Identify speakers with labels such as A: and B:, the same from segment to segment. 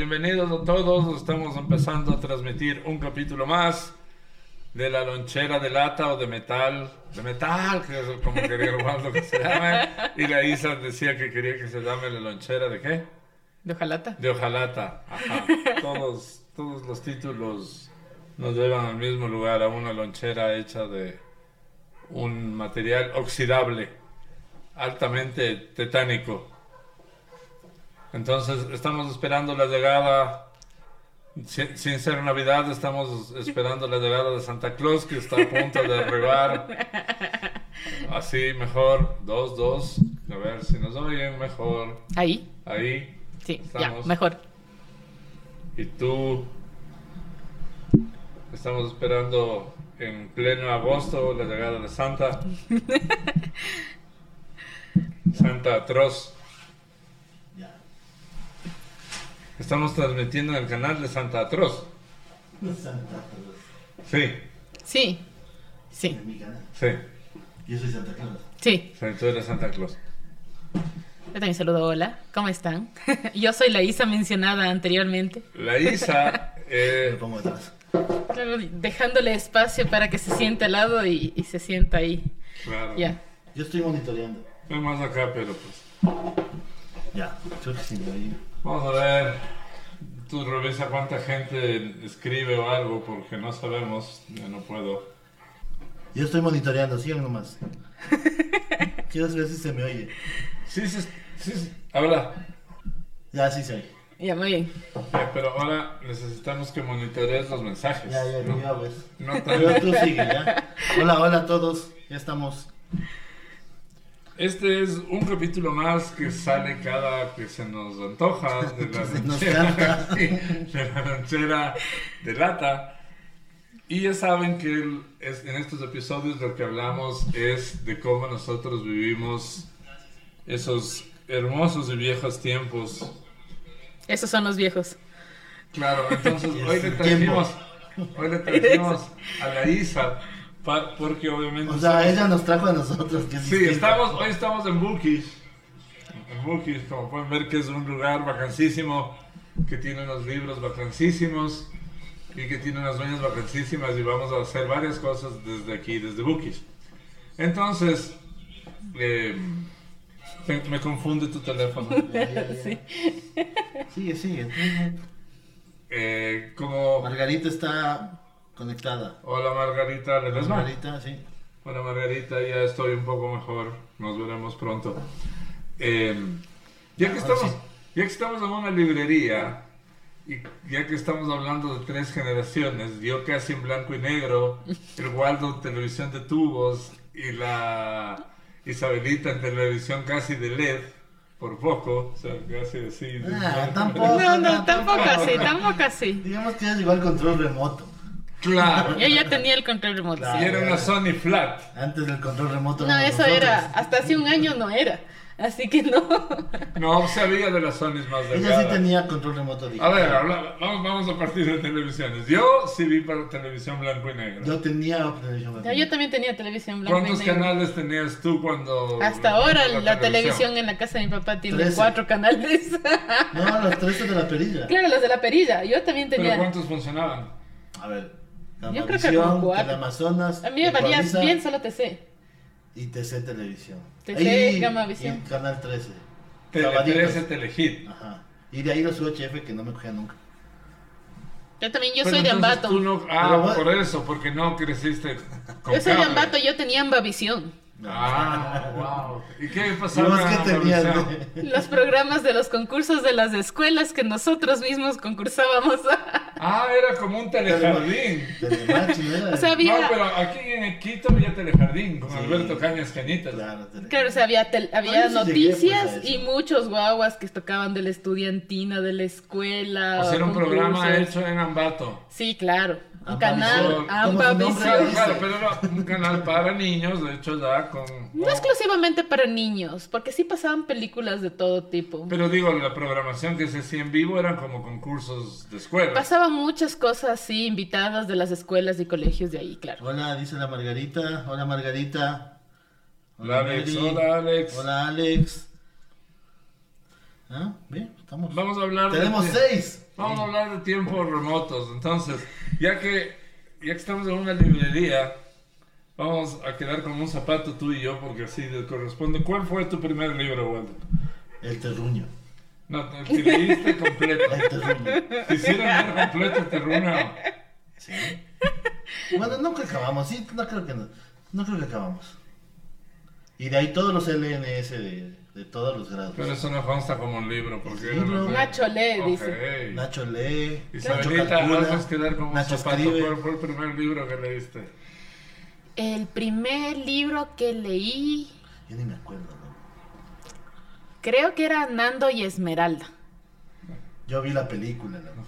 A: bienvenidos a todos. Estamos empezando a transmitir un capítulo más de la lonchera de lata o de metal, de metal, que es como quería Waldo que se llame. Y la Isa decía que quería que se llame la lonchera de qué?
B: De ojalata.
A: De ojalata. Ajá. Todos, todos los títulos nos llevan al mismo lugar, a una lonchera hecha de un material oxidable, altamente tetánico. Entonces, estamos esperando la llegada sin, sin ser Navidad, estamos esperando la llegada de Santa Claus que está a punto de arribar. Así, mejor, dos, dos. A ver si nos oyen, mejor.
B: Ahí.
A: Ahí.
B: Sí,
A: Estamos.
B: ya, mejor.
A: Y tú. Estamos esperando en pleno agosto la llegada de Santa. Santa Atroz. Estamos transmitiendo en el canal de Santa Atroz.
C: No Santa Claus,
A: Sí,
B: Sí. Sí.
C: en mi canal.
A: sí.
C: Yo soy Santa Claus.
B: Sí.
A: Sí, Tú eres Santa Claus.
B: Yo también saludo. Hola. ¿Cómo están? Yo soy la Isa mencionada anteriormente.
A: La Isa,
C: Me
A: eh,
C: pongo atrás.
B: Claro, dejándole espacio para que se siente al lado y, y se sienta ahí.
A: claro.
B: Ya.
C: Yo estoy monitoreando.
A: Estoy más acá, pero pues.
C: Ya. Creo que sí, me oí.
A: Vamos a ver. Tú revisa cuánta gente escribe o algo, porque no sabemos. Yo no puedo.
C: Yo estoy monitoreando, sigan nomás. Quiero saber si se me oye.
A: Sí, sí, sí. sí. Habla.
C: Ya, sí se oye.
B: Ya, muy bien.
A: Ya, pero ahora necesitamos que monitorees los mensajes.
C: Ya, ya,
A: ¿no?
C: ya, ves.
A: No tan-
C: Pues, Pero tú sigue, ya. Hola, hola a todos. Ya estamos.
A: Este es un capítulo más que sale cada que se nos antoja de la
C: se nos
A: lonchera,
C: canta.
A: sí, de, la lonchera de lata. Y ya saben que el- es- en estos episodios lo que hablamos es de cómo nosotros vivimos esos hermosos y viejos tiempos.
B: Esos son los viejos.
A: Claro, entonces
C: Y
A: hoy
C: es
A: le
C: el
A: trajimos, hoy le trajimos a la Isa pa- porque obviamente...
C: O sea, ella nos trajo a nosotros. Que es
A: Sí,
C: distinto.
A: estamos, hoy estamos en Bookish. En Bookish, como pueden ver, que es un lugar vacancísimo, que tiene unos libros vacancísimos y que tiene unas dueñas vacancísimas y vamos a hacer varias cosas desde aquí, desde Bookish. Entonces, eh, me, me confunde tu teléfono.
C: Ya, ya, ya. Sigue, sigue.
A: Eh, como...
C: Margarita está conectada.
A: Hola Margarita Ledesma.
C: Margarita, sí.
A: Hola Margarita, ya estoy un poco mejor. Nos veremos pronto. Eh, ya, que
C: Ahora
A: estamos,
C: sí.
A: ya que estamos en una librería y ya que estamos hablando de tres generaciones, yo casi en blanco y negro, el Waldo en televisión de tubos y la Isabelita en televisión casi de LED, por poco, o sea, casi así. de-
C: Ah, tampoco.
B: No, no, tampoco así, tampoco así.
C: Digamos que ya llegó al control remoto.
A: Claro.
B: Yo ya tenía el control remoto.
A: Y era una Sony Flat.
C: Antes del control remoto.
B: No,
C: éramos
B: eso
C: nosotros.
B: era. Hasta hace un año no era. Así que no.
A: No, sabía de las Sonys más delgadas.
C: Ella sí tenía control remoto
A: A
C: digital.
A: ver, habla- vamos, vamos a partir de televisiones. Yo sí vi para televisión blanco y negro.
C: Yo tenía televisión.
B: No, Yo también tenía televisión blanca.
A: ¿Cuántos canales tenías tú cuando...
B: Hasta ahora la, televisión en la casa de mi papá tiene
C: Trece.
B: cuatro canales.
C: No, los tres de la perilla.
B: claro, los de la perilla. Yo también
A: ¿Pero
B: tenía.
A: cuántos funcionaban?
C: A ver.
B: Yo creo que como
C: Televisión,
B: cuatro.
C: Teleamazonas,
B: A mí me valía
C: Ecuavisa
B: bien solo TC.
C: Y TC Televisión.
B: TC,
C: Ahí,
B: Gamavisión.
C: y Canal 13.
A: Tele
C: Sabaditos.
A: 13, Telehit.
C: Ajá. Y de ahí los UHF que no me cogían nunca.
B: Yo también, yo
A: Pero
B: soy de
A: entonces
B: Ambato.
A: tú no- Ah,
C: Pero vos-
A: por eso, porque no creciste con
B: Yo soy de
A: cable.
B: Ambato, yo tenía Ambavisión.
A: Ah, wow. ¿Y qué
C: ¿Y
A: pasaba
C: vos
A: en
C: qué tenías?
A: televisión?
B: Los programas de los concursos de las escuelas que nosotros mismos concursábamos.
A: Ah, era como un telejardín.
C: Telemach, ¿no era?
B: o sea,
A: No,
B: había.
A: pero aquí en Quito había telejardín con
C: Sí.
A: Alberto Cañas Cañitas.
C: Claro, tele-
B: Claro, o sea, había, tel- había
C: Ahí sí llegué, pues, a
B: noticias
C: eso.
B: y muchos guaguas que tocaban de la estudiantina, de la escuela.
A: O sea, era un
B: concursos.
A: programa hecho en Ambato.
B: Sí, claro. Un
C: Ambavisión.
B: canal,
C: Como su nombre
A: Claro,
B: Ambavisión.
C: dice.
A: claro, pero era un canal para niños, de hecho ya con...
B: No exclusivamente para niños, porque sí pasaban películas de todo tipo.
A: Pero digo, la programación que se hacía en vivo eran como concursos de escuela.
B: Pasaban muchas cosas así, invitadas de las escuelas y colegios de ahí, claro.
C: Hola, dice la Margarita. Hola, Margarita.
A: Hola, Alex,
C: Mary.
A: hola, Alex.
C: Hola, Alex. ¿Ah? Bien, estamos.
A: Vamos a hablar
C: Tenemos
A: de...
C: seis.
A: Vamos a hablar de tiempos remotos. Entonces, ya que, ya que estamos en una librería, vamos a quedar con un zapato tú y yo porque así le corresponde. ¿Cuál fue tu primer libro, Waldo?
C: El terruño.
A: No, el que leíste completo.
C: El terruño.
A: Quisiera leer completo Terruño.
C: Sí. Bueno, nunca acabamos, sí, no creo que no. No creo que acabamos. Y de ahí todos los LNS de, de todos los grados.
A: Pero eso no consta como un libro porque era
C: Libro.
A: una-
B: Nacho lee,
A: Ok.
B: eh, dice.
C: Nacho lee, Nacho
A: Isabelita, vamos a quedar con un
C: Nacho
A: zapato.
C: escribe.
A: ¿Cuál fue el primer libro que leíste?
B: El primer libro que leí,
C: Yo ni me acuerdo, ¿no?
B: creo que era Nando y Esmeralda.
C: Yo vi la película, ¿no?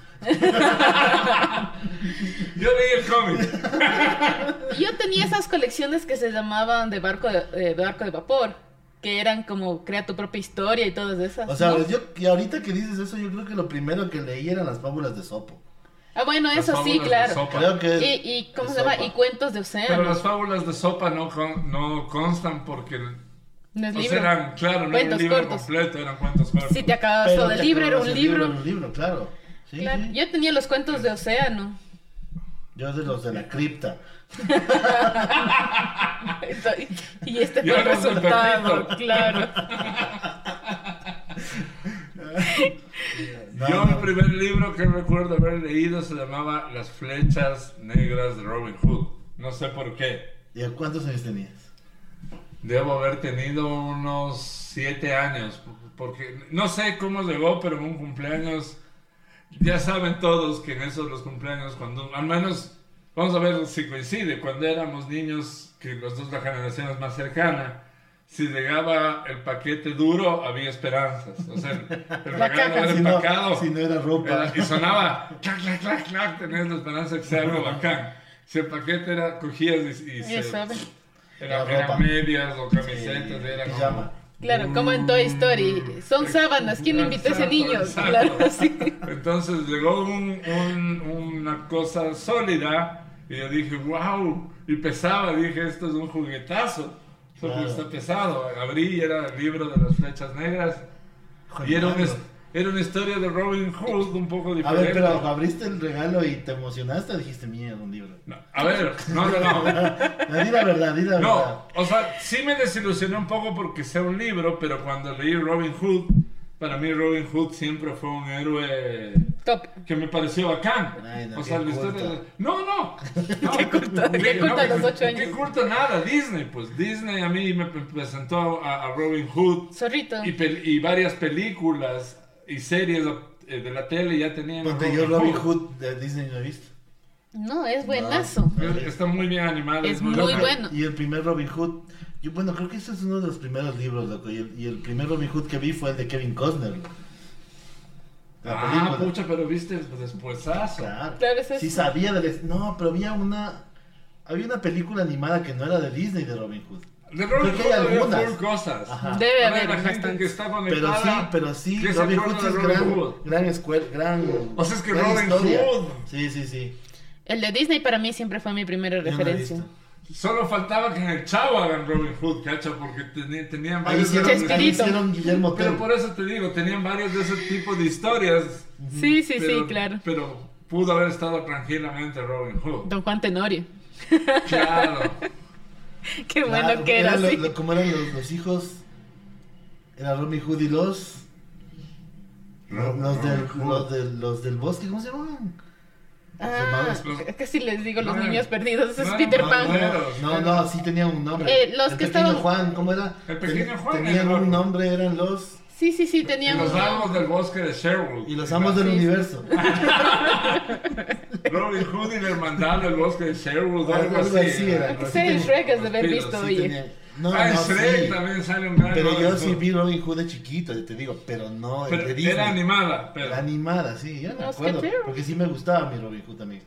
A: Yo leí el
B: Eh.
A: cómic.
B: Yo tenía esas colecciones que se llamaban de barco de, eh, barco de vapor, que eran como crea tu propia historia y todas esas.
C: O sea,
B: ¿no?
C: yo, y ahorita que dices eso, yo creo que lo primero que leí eran las fábulas de Sopo.
B: ah, bueno,
A: Las
B: eso sí,
A: fábulas de
B: claro.
A: Sopa.
C: Creo que.
B: Y, y ¿cómo
C: de
B: se llama?
C: Sopa.
B: Y cuentos de
A: Pero
B: océano.
A: las fábulas de sopa no, con- no constan porque
B: No es
A: pues,
B: libro.
A: eran, claro, no era
B: Cuentos
A: un libro
B: cortos.
A: completo, eran cuentos cortos.
B: Si te acabas
C: Pero
B: todo
C: te
B: el libro, era
C: acabas
B: un
C: el
B: libro.
C: era un libro, claro. Sí,
B: Claro,
C: sí.
B: Yo tenía los cuentos de océano.
C: Yo de los de la cripta.
B: Estoy- Y este
A: Ah. Yo
B: fue el
A: era un
B: resultado,
A: perrito.
B: claro.
C: No,
A: Yo,
C: no.
A: el primer libro que recuerdo haber leído se llamaba Las flechas negras de Robin Hood. No sé por qué.
C: ¿Y a cuántos años tenías?
A: Debo haber tenido unos siete años, porque no sé cómo llegó, pero en un cumpleaños, ya saben todos que en esos los cumpleaños, cuando, al menos, vamos a ver si coincide, cuando éramos niños, que los dos la generación es más cercana, si llegaba el paquete duro, había esperanzas. O sea, el el
B: La
A: regalo
B: caja.
A: era
C: Si no-
A: empacado.
C: si no era ropa.
A: Era- Y sonaba, clac, clac, clac, clac, tenías la esperanza de que sea algo bacán. Si el paquete era, cogías y, y
B: Ya
A: se-
B: saben.
A: era,
C: La
A: eran
C: ropa.
A: medias o camisetas,
C: Eh,
A: era como-
C: pijama.
B: Claro, como en Toy Story. Son sábanas. ¿Quién invitó a ese
A: Exacto,
B: niño?
A: exacto.
B: Claro, sí.
A: Entonces llegó un- un- una cosa sólida y yo dije, wow, y pesaba, dije, esto es un juguetazo. Eso
C: Claro.
A: está pesado. Abrí y era el libro de las flechas negras.
C: Joder,
A: Y era, un
C: Mario.
A: es- era una historia de Robin Hood un poco
C: A
A: diferente.
C: ver, pero abriste el regalo y te emocionaste, o dijiste mierda, un libro.
A: No, a ver, no, no, no.
C: No, di la verdad, di la verdad.
A: No, o sea, sí me desilusioné un poco porque sea un libro, pero cuando leí Robin Hood, para mí Robin Hood siempre fue un héroe
B: Top.
A: que me pareció bacán.
C: Ay, no,
A: o sea,
C: qué
A: la historia
C: culto.
A: de- No, no. no.
B: Qué culto, qué
A: No,
B: culto a los
A: pues,
B: ocho años.
A: Qué culto nada, Disney. Pues Disney a mí me pre- presentó a, a Robin Hood
B: Zorrito.
A: y, pel- y varias películas y series eh, de la tele ya tenían. a
C: Porque yo Robin Hood de Disney no he visto.
B: No, es buenazo.
A: Es- Está muy bien animado.
B: Es muy
A: bacán.
B: bueno.
C: Y el primer Robin Hood, yo bueno, creo que ese es uno de los primeros libros, loco. Y el, y el primer Robin Hood que vi fue el de Kevin Costner. loco. La
A: Ah,
C: película.
A: pucha, pero viste despuesazo.
C: Claro.
B: Claro, ese es-
C: Sí sabía de la- No, pero había una había una película animada que no era de Disney de Robin Hood.
A: De Robin
C: Creo
A: Hood
C: que hay
A: había
C: algunas.
A: full cosas.
C: Ajá.
B: Debe
A: Ahora
B: haber
A: la gente
B: bastantes.
A: que está
C: Pero sí,
A: conectada.
C: pero sí,
A: que se
C: Robin
A: acuerda
C: Hood sí
A: de
C: es
A: Robin
C: gran,
A: Hood.
C: gran escuela, gran.
A: O sea, es que
C: gran
A: Robin
C: historia.
A: Hood.
C: Sí, sí, sí.
B: El de Disney para mí siempre fue mi primera
C: Yo no la he
B: referencia.
C: visto.
A: Solo faltaba que en el chavo hagan Robin Hood, cacha, porque teni- tenían
C: Ahí
A: varios.
C: hicieron, ahí
B: Chespirito.
C: hicieron Guillermo
A: pero
C: Tell.
A: por eso te digo, tenían varios de ese tipo de historias.
B: Sí, sí,
A: pero-
B: sí, claro.
A: Pero pudo haber estado tranquilamente Robin Hood.
B: Don Juan Tenorio.
A: Claro.
B: Qué
C: Claro,
B: bueno que era,
C: lo-
B: sí.
C: lo- como eran los, los hijos, era Robin Hood y los. Los, del,
A: Robin Hood.
C: los, del, los del bosque, ¿cómo se llamaban?
B: Ah,
A: llamaban-
B: casi les digo los
A: No eran-
B: niños perdidos. Ese es
A: no eran
B: Peter
A: más
B: Pan.
A: güeros.
C: No, no, sí tenían un nombre.
B: Eh, los
C: el
B: que
C: pequeño
B: estaban-
C: Juan, ¿cómo era?
A: El pequeño Juan
C: Tenían
A: era-
C: un nombre, eran los.
B: Sí, sí, sí,
A: Y
B: teníamos.
A: los amos del bosque de Sherwood.
C: Y los amos del
B: Sí, Ah, sí.
C: universo.
A: Robin Hood y la hermandad del bosque de Sherwood, algo
C: Algo
A: así.
C: así era.
B: Aunque sea en
C: Sí,
B: Shrek has de haber
A: sí,
B: visto,
A: sí
C: Sí,
B: oye.
C: tenían- No,
A: ah, en
C: no,
A: Shrek
C: sí.
A: también sale un gran
C: Pero yo
A: Robin
C: sí
A: Hood.
C: vi Robin Hood de chiquito, te digo, pero no el
A: Pero
C: de Disney.
A: era animada, pero.
C: La animada, sí, ya me
B: Los
C: acuerdo.
B: Cateros.
C: Porque sí me gustaba mi Robin Hood también.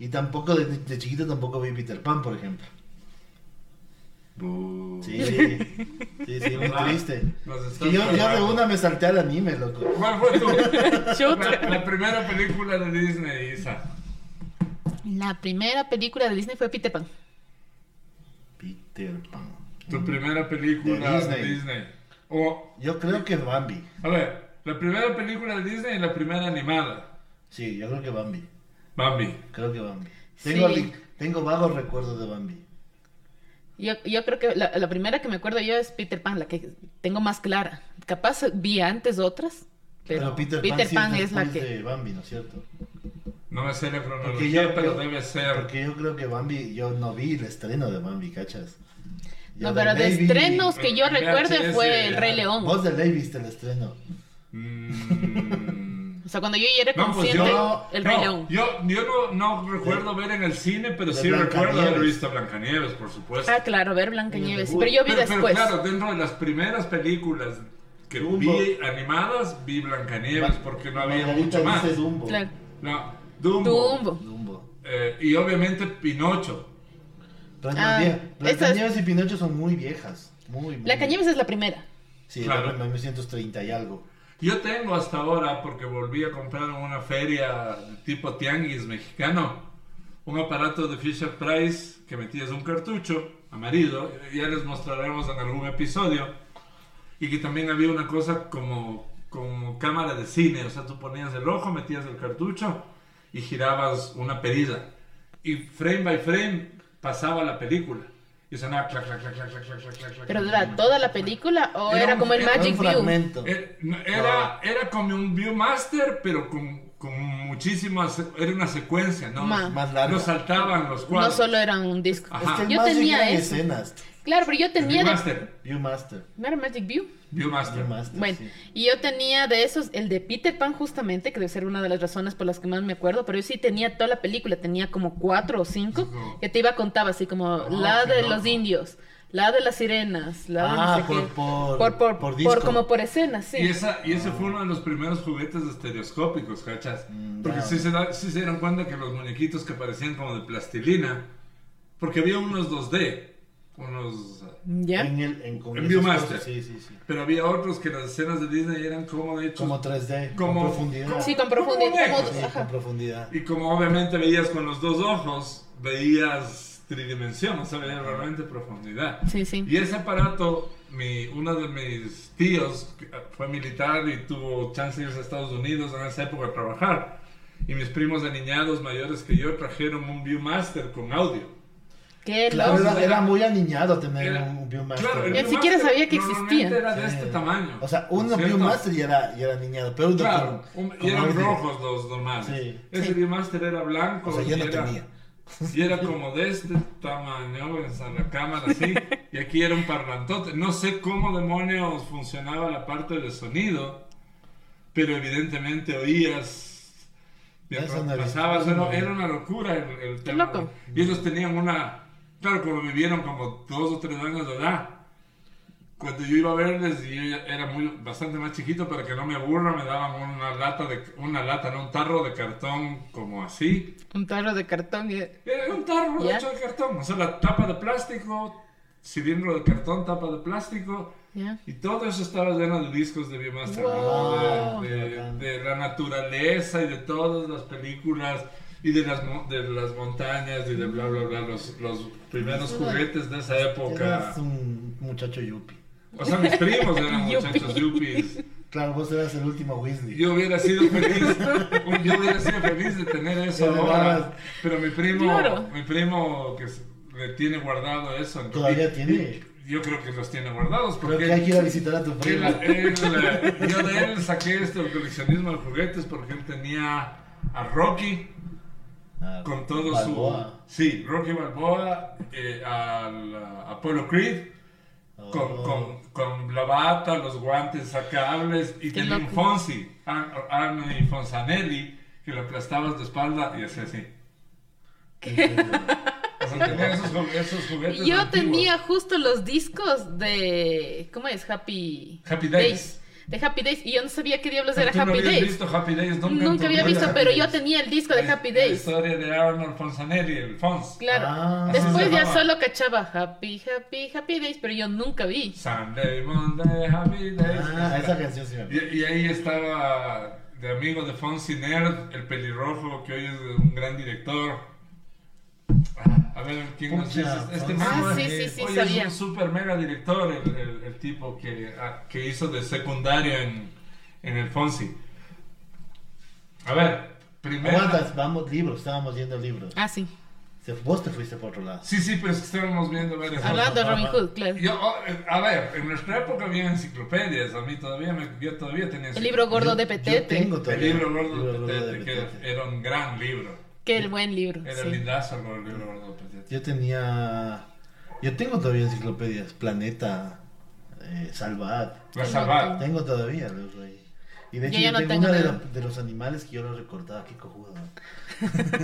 C: Y tampoco, de, de chiquito tampoco vi Peter Pan, por ejemplo. Sí, sí, sí, muy triste.
A: Nos
C: Es
A: estás
C: que yo, yo de
A: salvando.
C: una me salté al anime, loco.
A: ¿Cuál fue tu la,
B: Chuta.
A: la primera película de Disney, Isa?
B: La primera película de Disney fue Peter Pan.
C: Peter Pan.
A: Tu primera película
C: De
A: de
C: Disney.
A: Disney. O,
C: Yo creo que Bambi.
A: a ver, la primera película de Disney y la primera animada.
C: Sí, yo creo que Bambi.
A: Bambi.
C: Creo que Bambi. Tengo,
B: Sí.
C: li- tengo vagos recuerdos de Bambi.
B: Yo, yo creo que la, la primera que me acuerdo yo es Peter Pan, la que tengo más clara. Capaz vi antes otras, pero, Peter,
C: sí
B: Pan, es la
C: después
B: que...
C: de Bambi, ¿no es cierto?
A: No me sé la
C: Porque
A: cronología,
C: yo,
A: pero
C: yo-
A: debe ser.
C: Porque yo creo que Bambi, yo no vi el estreno de Bambi, ¿cachas? Yo
B: No, pero de
C: Baby-
B: estrenos que yo
A: en
B: recuerde
A: VHS,
B: fue El
A: ya.
B: Rey León.
C: Vos de Ley viste el estreno.
A: Mm.
B: O sea, cuando yo ya era
A: No, pues
B: consciente,
A: yo,
B: El
A: no,
B: Rey León.
A: yo, yo no, no recuerdo ver en el cine, pero
C: De
A: sí recuerdo haber
C: Blancanieves.
A: visto Blancanieves, por supuesto.
B: Ah, claro, ver Blancanieves.
C: Uy,
B: Pero yo vi
A: pero, pero
B: después.
A: claro, dentro de las primeras películas que
C: Dumbo.
A: vi animadas, vi Blancanieves, pues, porque no había
C: Margarita
A: mucho más.
C: dice Dumbo.
B: Claro.
A: No, Dumbo.
B: Dumbo.
C: Dumbo.
A: eh, y obviamente Pinocho.
C: Pero es
B: Ah,
C: más vieja.
B: esa es-
C: Blancanieves y Pinocho son muy viejas. Muy, muy
B: Blancanieves es la primera.
C: Sí,
A: Claro.
C: claro. 1930 y algo.
A: Yo tengo hasta ahora, porque volví a comprar en una feria tipo tianguis mexicano, un aparato de Fisher Price que metías un cartucho amarillo, ya les mostraremos en algún episodio, y que también había una cosa como, como cámara de cine, o sea, tú ponías el ojo, metías el cartucho y girabas una perilla, y frame by frame pasaba la película. Y sonaba clac, clac, clac, clac, clac, clac, clac, clac.
B: ¿Pero dura toda la película o
A: Era
B: era,
A: un-
B: como el
A: era un
C: Un
B: Magic View?
C: fragmento.
A: Eh, no, Era, era como un Viewmaster, pero con, con muchísimas. Era una secuencia, ¿no?
B: Ma.
C: Más larga.
A: No saltaban los
B: No
A: cuadros.
B: solo era un disco.
A: Ajá. Es que el
B: Yo
C: Magic
B: tenía
C: hay
B: eso.
C: escenas.
B: Claro, pero yo tenía de...
A: Viewmaster.
C: Viewmaster.
B: ¿No era Magic View?
A: Viewmaster.
C: Viewmaster.
B: Bueno,
C: sí.
B: y yo tenía de esos, el de Peter Pan justamente, que debe ser una de las razones por las que más me acuerdo, pero yo sí tenía toda la película, tenía como cuatro o cinco,
A: Ujú.
B: que te iba a contar así como
A: Ah,
B: la
A: qué
B: de
A: loco.
B: los indios, la de las sirenas, la de
C: Ah,
B: no sé
C: por-
B: qué. por,
C: por-
B: por,
C: por
B: por
C: disco.
B: como por escenas, sí.
A: Y, esa, y ese fue uno de los primeros juguetes estereoscópicos, ¿cachas?
C: Mm,
A: Porque
C: ya.
A: sí se, da- sí se dieron cuenta que los muñequitos que parecían como de plastilina, porque había unos 2D, unos...
B: ¿Ya?
C: En, el, en, con
A: En
C: esas
A: Viewmaster.
C: cosas, Sí, sí, sí.
A: Pero había otros que las escenas de Disney eran como hechos...
C: Como 3D.
A: Como-
C: Con profundidad.
B: Sí, con
A: Como
B: profundidad.
A: muñecos,
B: como-
C: Sí, con
B: ajá.
C: profundidad.
A: Y como obviamente veías con los dos ojos, veías tridimensión, o sea, veías realmente profundidad.
B: Sí, sí.
A: Y ese aparato, mi, uno de mis tíos que, eh, fue militar y tuvo chance de irse a Estados Unidos en esa época a trabajar. Y mis primos aniñados mayores que yo trajeron un Viewmaster con audio.
B: Qué
C: Claro,
B: loco.
C: era, era muy aniñado tener
A: Era-
C: un Viewmaster.
A: claro, el
B: Ni siquiera
A: Viewmaster
B: sabía que
A: normalmente
B: existía.
A: era de
C: Sí.
A: este tamaño.
C: O sea,
A: ¿no
C: uno
A: es cierto?
C: Viewmaster y era, y era niñado, pero uno
A: Claro,
C: con-
A: un-
C: con
A: y eran
C: orden.
A: rojos los normales.
C: Sí.
A: Ese
B: Sí.
A: Viewmaster era blanco.
C: O sea, yo
A: y
C: no
A: era-
C: tenía.
A: Y era como de este tamaño, o sea, la cámara así. Y aquí era un parlantote. No sé cómo demonios funcionaba la parte del sonido, pero evidentemente oías. Mientras
C: Eso no había-
A: pasabas, era, era una locura el, el tema.
B: loco.
A: Y ellos tenían una. Claro, como vivieron como dos o tres años de edad. Cuando yo iba a verles, y yo ya era muy, bastante más chiquito para que no me aburra, me daban una lata, de, una lata, no un tarro de cartón como así.
B: Un tarro de cartón. y-
A: Era un tarro
B: Ya.
A: hecho de cartón, o sea, la tapa de plástico, cilindro de cartón, tapa de plástico,
B: ¿Ya?
A: y todo eso estaba lleno de discos de Biomaster,
B: Wow.
A: de, de- de la naturaleza y de todas las películas y de las, mo- de las montañas y de bla, bla, bla, los, los primeros juguetes de esa época.
C: Eras un muchacho yuppie.
A: O sea, mis primos eran muchachos yuppies.
C: Claro, vos eras el último Weasley.
A: Yo hubiera sido feliz, yo hubiera sido feliz de tener eso
C: Pero
A: ahora.
C: dabas-
A: Pero mi primo,
B: Claro.
A: mi primo que s- le tiene guardado eso. entonces-
C: Todavía tiene.
A: Yo creo que los tiene guardados
C: Creo
A: porque
C: que hay que ir a visitar a tu
A: él-
C: primo.
A: él, eh, yo de él saqué este coleccionismo de juguetes porque él tenía a Rocky
C: Ah,
A: con todo
C: Balboa.
A: su... Sí, Rocky Balboa, eh, al, a Apollo Creed.
C: Oh.
A: Con, con, con la bata, los guantes sacables y
B: Qué
A: tenía un
B: loco.
A: Fonsi, An- Arne Fonsanelli, que lo aplastabas de espalda y hacía así. O sea, tenía esos, ju- esos
C: Este
A: juguetes.
B: Yo
A: antiguos.
B: tenía justo los discos de. ¿Cómo es? Happy.
A: Happy Days.
B: De Happy Days. Y yo no sabía qué diablos
A: Pero
B: era
A: tú no
B: Happy
A: habías
B: Days.
A: visto Happy Days nunca. en tu
B: Nunca había
A: vida.
B: visto, pero yo tenía el disco de
A: La-
B: Happy
A: La
B: Days.
A: historia de Arnold Fonsanelli, el Fons.
B: Claro.
C: Ah.
B: Después
A: Así se
B: ya
A: llamaba.
B: solo cachaba Happy, Happy, Happy Days, pero yo nunca vi.
A: Sunday, Monday, Happy Days.
C: Ah, esa canción sí me acuerdo.
A: Y, y ahí estaba de amigo de Fonsi Nerd, el pelirrojo, que hoy es un gran director. Ah, A ver, ¿quién nos
C: Pucha,
A: dice? Este
C: Fonsi.
A: man
B: Ah, sí, sí, sí,
A: hoy
B: sabía.
A: es un super mega director, el, el- el tipo que, ah, que hizo de secundario en, en el Fonsi. A ver, Primero.
C: Aguantas, vamos, libros, estábamos viendo libros.
B: Ah, sí.
C: Se- Vos te fuiste por otro lado.
A: Sí, sí, pero es que estábamos viendo varias
B: Hablando de
A: cosas.
B: Robin Hood, claro.
A: Yo, oh, eh, a ver, en nuestra época había enciclopedias, a mí todavía me, yo todavía tenía
B: El libro gordo
C: Yo-
B: de
C: yo
B: Petete.
C: tengo
A: El
C: todavía
A: libro gordo
C: Libro
A: de Petete,
C: Petete.
A: que era un gran libro.
B: Qué el buen libro.
A: Era
B: sí.
A: lindazo el libro gordo de Petete.
C: Yo tenía. Yo tengo todavía enciclopedias. Planeta, eh, Salvat.
A: La salvar.
C: Tengo todavía los ahí. Y de
B: Yo
C: hecho,
B: ya
C: yo
B: no
C: tengo
B: tengo
C: una de,
B: nada.
C: la- de los animales que yo no recordaba. Qué cojudo.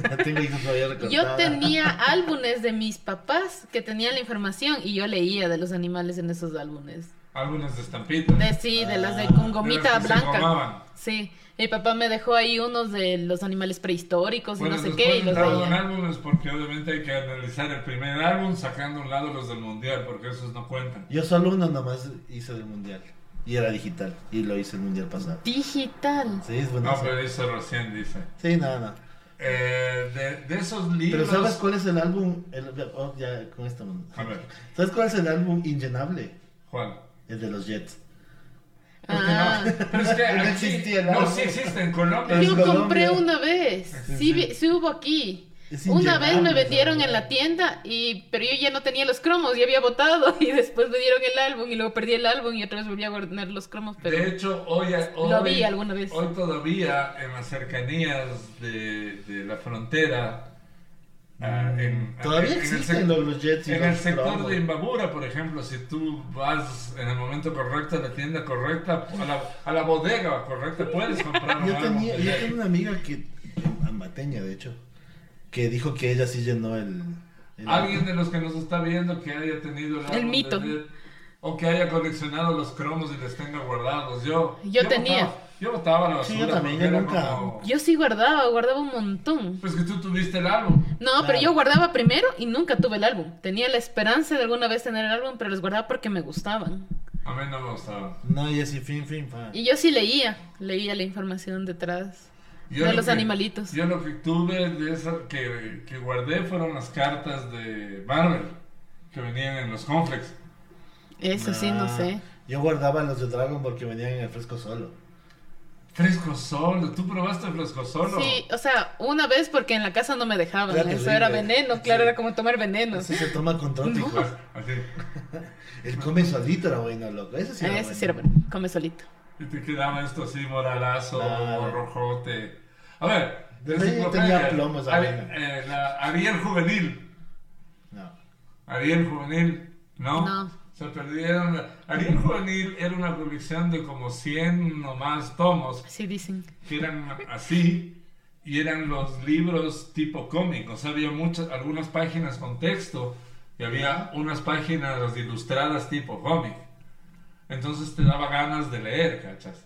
C: La tengo ahí todavía recortada.
B: Yo tenía álbumes de mis papás que tenían la información y yo leía de los animales en esos álbumes.
A: Algunas de estampitas.
B: De sí, de las de
C: Ah,
B: con
A: de
B: gomita
A: las que se gomaban.
B: blanca. Sí, mi papá me dejó ahí unos de los animales prehistóricos y
A: Bueno,
B: no sé
A: después
B: qué y los
A: entraron en
B: leía.
A: álbumes porque obviamente hay que analizar el primer álbum sacando a un lado los del mundial porque esos no cuentan.
C: Yo solo uno nomás hice del mundial. Y era digital. Y lo hice el mundial pasado.
B: Digital.
C: Sí, es
A: No,
C: buenísimo.
A: pero eso recién dice.
C: Sí, no, no.
A: Eh, de, de esos
C: Pero
A: libros...
C: ¿sabes cuál es el álbum? El- oh, ya, con esto. no.
A: A ver,
C: ¿Sabes cuál es el álbum inllenable?
A: Juan.
C: El de los Jets.
B: Ah,
A: Pero es que
C: No
A: aquí-
C: existía el
A: No,
C: álbum.
A: sí existe en Colombia.
C: Pero es
B: yo
C: Colombia.
B: compré una vez.
A: Sí,
B: Sí,
A: sí.
B: vi- sí hubo aquí.
C: Es
B: Una vez me
C: inllenable,
B: vendieron
C: ¿sabes?
B: en la tienda y pero yo ya no tenía los cromos, ya había votado y después me dieron el álbum y luego perdí el álbum y otra vez volví a guardar los cromos,
A: de
B: pero
A: hecho, hoy, hoy,
B: Lo vi alguna vez.
A: hoy todavía en las cercanías de, de la frontera, ah, en,
C: Mm, Todavía
A: en el
C: existen
A: sec-
C: los, los Jets y
A: En
C: los
A: el sector
C: Broncos.
A: de Imbabura, por ejemplo, si tú vas en el momento correcto, a la tienda correcta, a la, a la bodega correcta, puedes comprar un
C: Yo
A: álbum
C: tenía,
A: de
C: yo
A: Jack.
C: tenía una amiga que, amateña de hecho, que dijo que ella sí llenó el... el-
A: Alguien de los que nos está viendo que haya tenido el, álbum de
B: mito.
A: Dead, o que haya coleccionado los cromos y les tenga guardados. Yo,
B: Yo tenía.
A: botaba- yo botaba la
C: Sí,
A: basura.
C: yo también,
A: porque
C: yo
A: era
C: nunca.
A: como-
B: yo sí guardaba, guardaba un montón.
A: Pues que tú tuviste el álbum.
B: No, pero yo guardaba primero y nunca tuve el álbum. Tenía la esperanza de alguna vez tener el álbum, pero los guardaba porque me gustaban.
A: A mí no me gustaba.
C: No, y así, fin, fin, fa.
B: Y yo sí leía, leía la información detrás.
A: Yo
B: De
A: lo
B: los
A: que-
B: animalitos.
A: Yo lo que tuve de esa, que, que guardé fueron las cartas de Marvel que venían en los conflicts.
B: Eso sí, no
C: Nah,
B: sé.
C: Ah, Yo guardaba los de Dragon porque venían en el fresco solo.
A: Fresco solo, tú probaste el fresco solo.
B: Sí, o sea, una vez porque en la casa no me dejaban,
C: Era
B: eso era
C: terrible.
B: veneno, claro,
C: Sí.
B: era como tomar veneno.
C: Ese se toma control, hijo.
A: Pues, así.
C: El come solito era bueno, loco. Ese sí
B: Ah,
C: era
B: ese
C: bueno.
B: sí era bueno, come solito.
A: Y te quedaba esto así, moralazo,
C: Claro.
A: rojote. A ver,
C: De ley
A: enciclopedia.
C: tenía plomo esa
A: Ari-
C: vaina.
A: eh, la Ariel Juvenil.
C: No.
A: Ariel Juvenil, ¿no?
B: No.
A: Se perdieron. la- Ariel Juvenil era una colección de como 100 o más tomos
B: Así dicen.
A: que eran así y eran los libros tipo cómic. O sea, había muchas, algunas páginas con texto y había unas páginas ilustradas tipo cómic. Entonces te daba ganas de leer, ¿cachas?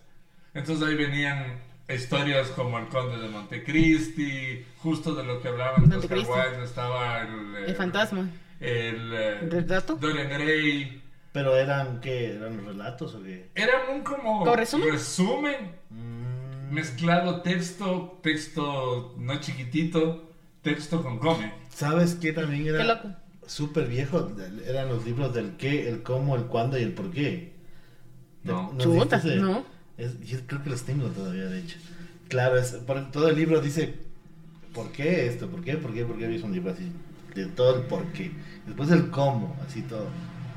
A: Entonces ahí venían historias como El Conde de Montecristi, justo de lo que hablaban de Oscar
B: Montecristi.
A: Wilde, estaba el... eh,
B: El fantasma.
A: El... eh,
B: ¿El dato?
A: Dorian Gray.
C: Pero eran, ¿qué? ¿Eran los relatos o qué?
A: Eran un como...
B: ¿Como resumen?
A: Resumen
C: Mm,
A: mezclado texto, texto no chiquitito, texto con cómic.
C: ¿Sabes qué también
B: Qué
C: era
B: loco.
C: súper viejo? Eran los libros del qué, el cómo, el cuándo y el por qué.
A: No.
B: Chuta,
C: dijiste?
B: no.
C: Es- yo creo que los tengo todavía, de hecho. Claro, es, por- todo el libro dice, ¿por qué esto? ¿Por qué? ¿Por qué? ¿Por qué? Es un libro así, de todo el por qué. Después el cómo, así todo.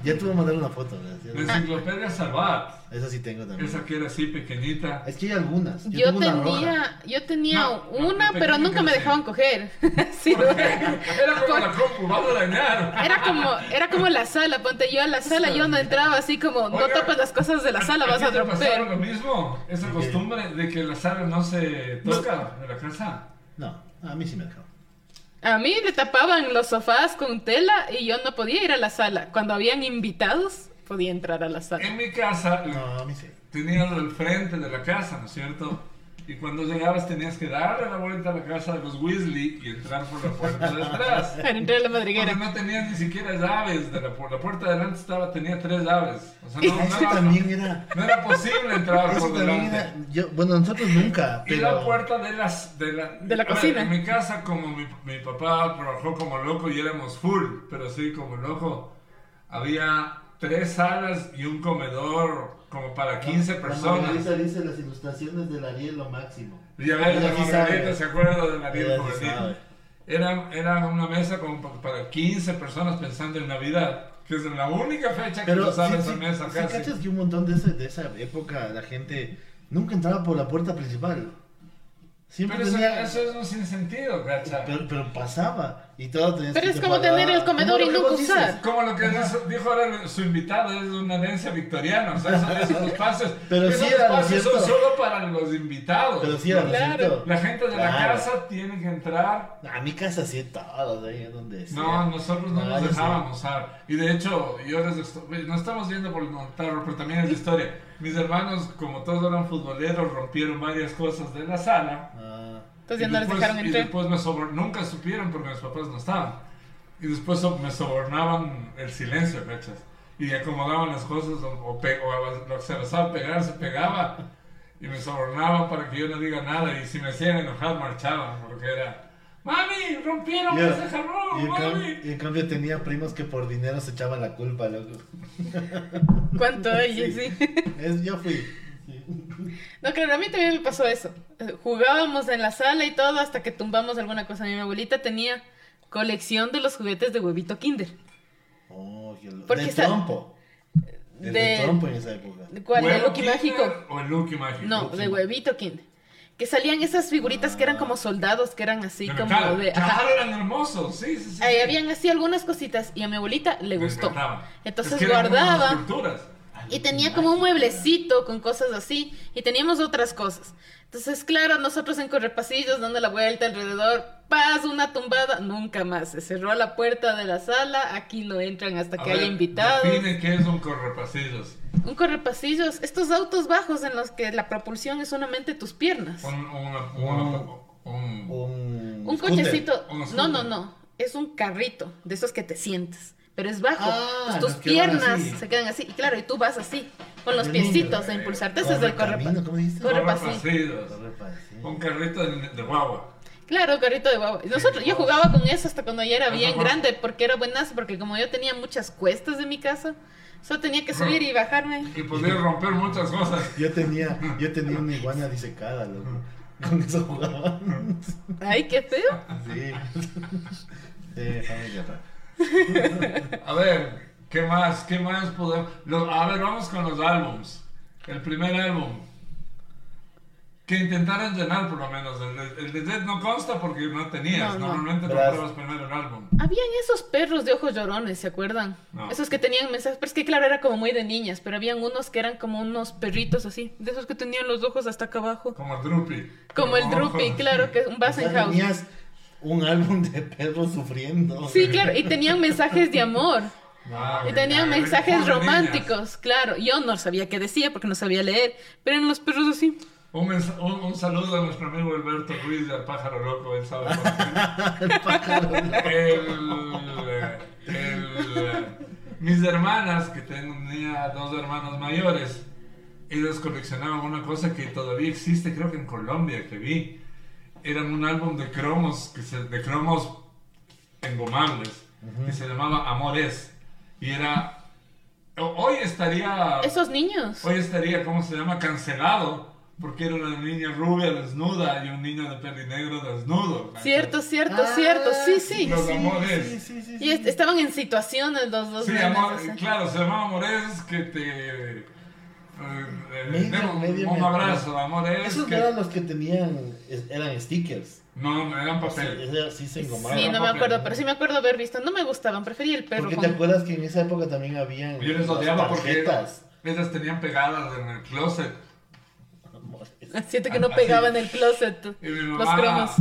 C: Ya te voy a mandar una foto. ¿verdad?
A: La enciclopedia Salvat,
C: Esa sí tengo también.
A: esa que era así pequeñita.
C: Es que hay algunas. Yo,
B: Yo
C: tengo una roja.
B: tenía, yo tenía
A: No, no,
B: una,
A: yo tenía
B: pero
A: una
B: nunca
A: que
B: me
A: sí.
B: dejaban coger. Sí,
A: Era como la compu, vamos a dañar.
B: Era como, era como la sala, ponte yo a la sala, yo no entraba así como, no
A: Oiga,
B: topas las cosas de la sala, vas a
A: ti te pasaba lo
B: romper.
A: mismo? Esa costumbre de que la sala no se toca de la casa.
C: No, a mí sí me dejó.
B: A mí le tapaban los sofás con tela y yo no podía ir a la sala. Cuando habían invitados, podía entrar a la sala.
A: En mi casa
C: No, a mí sí.
A: tenías el frente de la casa, ¿no es cierto? Y cuando llegabas tenías que darle la vuelta a la casa de los Weasley y entrar por la puerta de atrás.
B: Para entrar a la
A: Porque
B: madriguera.
A: Pues no tenía ni siquiera llaves de la puerta. La puerta de adelante estaba, tenía tres llaves. O sea, no, no
C: Ah, Es que
A: era,
C: también era...
A: no era posible entrar
C: Eso
A: por
C: también
A: delante.
C: era... Yo, bueno, nosotros nunca,
A: Y la
C: pero...
A: puerta de, las, de la,
B: De la
A: a ver,
B: cocina.
A: en mi casa, como mi, mi papá trabajó como loco y éramos full, pero sí, como loco, había tres salas y un comedor como para 15
C: La Mona
A: personas.
C: Lisa dice las ilustraciones del Ariel lo máximo.
A: Villaverga
C: Ella
A: de
C: sí
A: Margarita,
C: sabe.
A: ¿se acuerda de María
C: Ella sí
A: Juvenil?
C: sabe.
A: Era, era una mesa como pa- para 15 personas pensando en Navidad, que es la única fecha que
C: Pero
A: tú
C: sí,
A: sabes
C: sí,
A: esa mesa
C: sí
A: casi.
C: cachas que un montón de, ese- de esa época la gente nunca entraba por la puerta principal. Siempre
A: Pero eso,
C: tenía-
A: eso es un sinsentido, cacha.
C: pero, pero pasaba y todo tenía
B: Pero es como tener el comedor y
C: no
B: nunca usar.
A: Como lo que dijo- dijo ahora su invitado, es una herencia victoriana, o sea, son de esos pases.
C: Pero
A: esos
C: sí era, ¿no es
A: pases son
C: cierto?
A: solo para los invitados.
C: Pero sí, era lo
B: Claro.
C: cierto.
A: La gente de la
C: Claro.
A: casa tiene que entrar.
C: A mi casa sí, todos ahí es donde sea.
A: No, nosotros no
C: Ah,
A: nos
C: yo sé.
A: dejábamos usar. Y de hecho, yo les esto- pues, no estamos viendo por el montarro, pero también es la historia. Mis hermanos, como todos eran futboleros, rompieron varias cosas de la sala.
C: Ah,
B: Entonces
A: Y
B: ya no les
A: después-
B: dejaron
A: Y
B: entrar.
A: después me sobor- nunca supieron porque mis papás no estaban. Y después so- me sobornaban el silencio, ¿cachas? Y acomodaban las cosas, o, o pe- o a- lo que se empezaba a pegar, se pegaba. Y me sobornaban para que yo no diga nada. Y si me hacían enojar, marchaban, porque era... ¡Mami! ¡Rompieron
C: yo-
A: ese
C: y,
A: jarrón!
C: en cam-
A: ¡Mami!
C: y en cambio tenía primos que por dinero se echaban la culpa, loco.
B: ¿Cuánto hay? Sí.
C: Es, yo fui. Sí.
B: No, claro, a mí también me pasó eso. Eh, Jugábamos en la sala y todo hasta que tumbamos alguna cosa. Mi abuelita tenía colección de los juguetes de huevito Kinder.
C: Oh, qué lo-
B: Porque
C: de
B: esa-
C: trompo. De, de
B: de-
C: trompo en esa época.
B: ¿Cuál? ¿El
A: ¿Huevo
B: Lucky
A: Kinder
B: Mágico?
A: ¿O el Lucky Mágico?
B: No, de huevito Kinder. Que salían esas figuritas que eran como soldados, que eran así
A: De
B: como
A: metal.
B: de... ajá.
A: Claro, eran hermosos. Sí, sí, sí.
B: Ahí
A: sí.
B: habían así algunas cositas y a mi abuelita le
A: Me
B: gustó.
A: encantaban.
B: Entonces
A: Es que eran
B: guardaba.
A: unas esculturas.
B: Y tenía como un mueblecito con cosas así. Y teníamos otras cosas. Entonces, claro, nosotros en correpasillos, dando la vuelta alrededor, paz, una tumbada, nunca más. Se cerró la puerta de la sala, aquí no entran hasta
A: A
B: que
A: ver,
B: haya invitados.
A: Define qué es un correpasillos.
B: Un correpasillos, estos autos bajos en los que la propulsión es solamente tus piernas.
A: Un, una-
C: Un-
A: una- un-
C: Un,
B: Un
C: scooter.
B: cochecito,
A: Un
B: no,
A: scooter.
B: no, no, es un carrito de esos que te sientas. Pero es bajo,
C: Ah,
B: Entonces,
C: los
B: tus
C: que van
B: piernas
C: así.
B: se quedan así. Y claro, y tú vas así, con los
C: De niño,
B: piecitos a
A: eh,
B: impulsarte. Ese es el correpasillos.
C: Correcamino, ¿Cómo dijiste?
B: Corre-
A: correpasillos.
C: Correpasillo.
A: Un carrito de, de guagua.
B: Claro, carrito de guagua. Y Nosotros, yo jugaba con eso hasta cuando ya era bien grande, porque era buenazo, porque como yo tenía muchas cuestas de mi casa, solo tenía que subir y bajarme.
A: Y podía romper muchas cosas.
C: Yo tenía, yo tenía una iguana disecada, loco. Con eso jugaba.
B: Ay, qué feo.
C: Sí. Sí, familia.
A: A ver, ¿qué más? ¿Qué más podemos? lo- a ver, vamos con los álbums. El primer álbum. Que intentaron llenar por lo menos. El de, el de Dead no consta porque no tenías.
B: No, no.
A: Normalmente
C: Verás.
A: comprabas primero el álbum.
B: Habían esos perros de ojos llorones, ¿se acuerdan?
A: No.
B: Esos que tenían mensajes, pero es que claro, era como muy de niñas, pero habían unos que eran como unos perritos así, de esos que tenían los ojos hasta acá abajo.
A: Como el Drupi.
B: Como el Drupi, claro, que es un
C: O sea,
B: Bassenhouse.
C: tenías un álbum de perros sufriendo.
B: Sí, claro, y tenían mensajes de amor,
A: Ah,
B: y tenían
A: ya, era
B: mensajes
A: por niñas.
B: románticos, claro. Yo no sabía qué decía porque no sabía leer, pero eran los perros así.
A: Un, mens- un- un saludo a nuestro amigo Alberto Ruiz del Pájaro Loco, él sabe por qué.
C: El pájaro.
A: El- el- mis hermanas, que tenía dos hermanos mayores, ellas coleccionaban una cosa que todavía existe, creo que en Colombia, que vi. Eran un álbum de cromos, que se- de cromos engomables, que se llamaba Amores. Y era... o- Hoy estaría...
B: Esos niños.
A: Hoy estaría, ¿cómo se llama? Cancelado. Porque era una niña rubia desnuda y un niño de peli negro desnudo.
B: Cierto, cierto,
C: Ah,
B: cierto. Sí, sí.
A: Los amores.
C: Sí, sí, sí.
B: Y est- estaban en situaciones los dos.
A: Sí,
B: nenes,
A: amor,
B: o sea.
A: claro, se llamaba Amores que te... eh, eh,
C: Medio,
A: demos
C: medio
A: un
C: me-
A: abrazo, Amores
C: Esos
A: que...
C: no eran los que tenían, es- eran stickers.
A: No, no, eran
C: Sí,
A: papel.
C: ese- sí se engomaban.
B: Sí, no me
A: Papel.
B: acuerdo, pero sí me acuerdo haber visto. No me gustaban, prefería el perro.
C: Porque
B: con-
C: te acuerdas que en esa época también habían
A: Yo les
C: las
A: odiaba porque
C: tarjetas.
A: ellas tenían pegadas en el closet.
C: Amores.
B: Siento que no
A: Así.
B: pegaba en el closet
A: Y mi
B: los
A: mamá
B: cromos.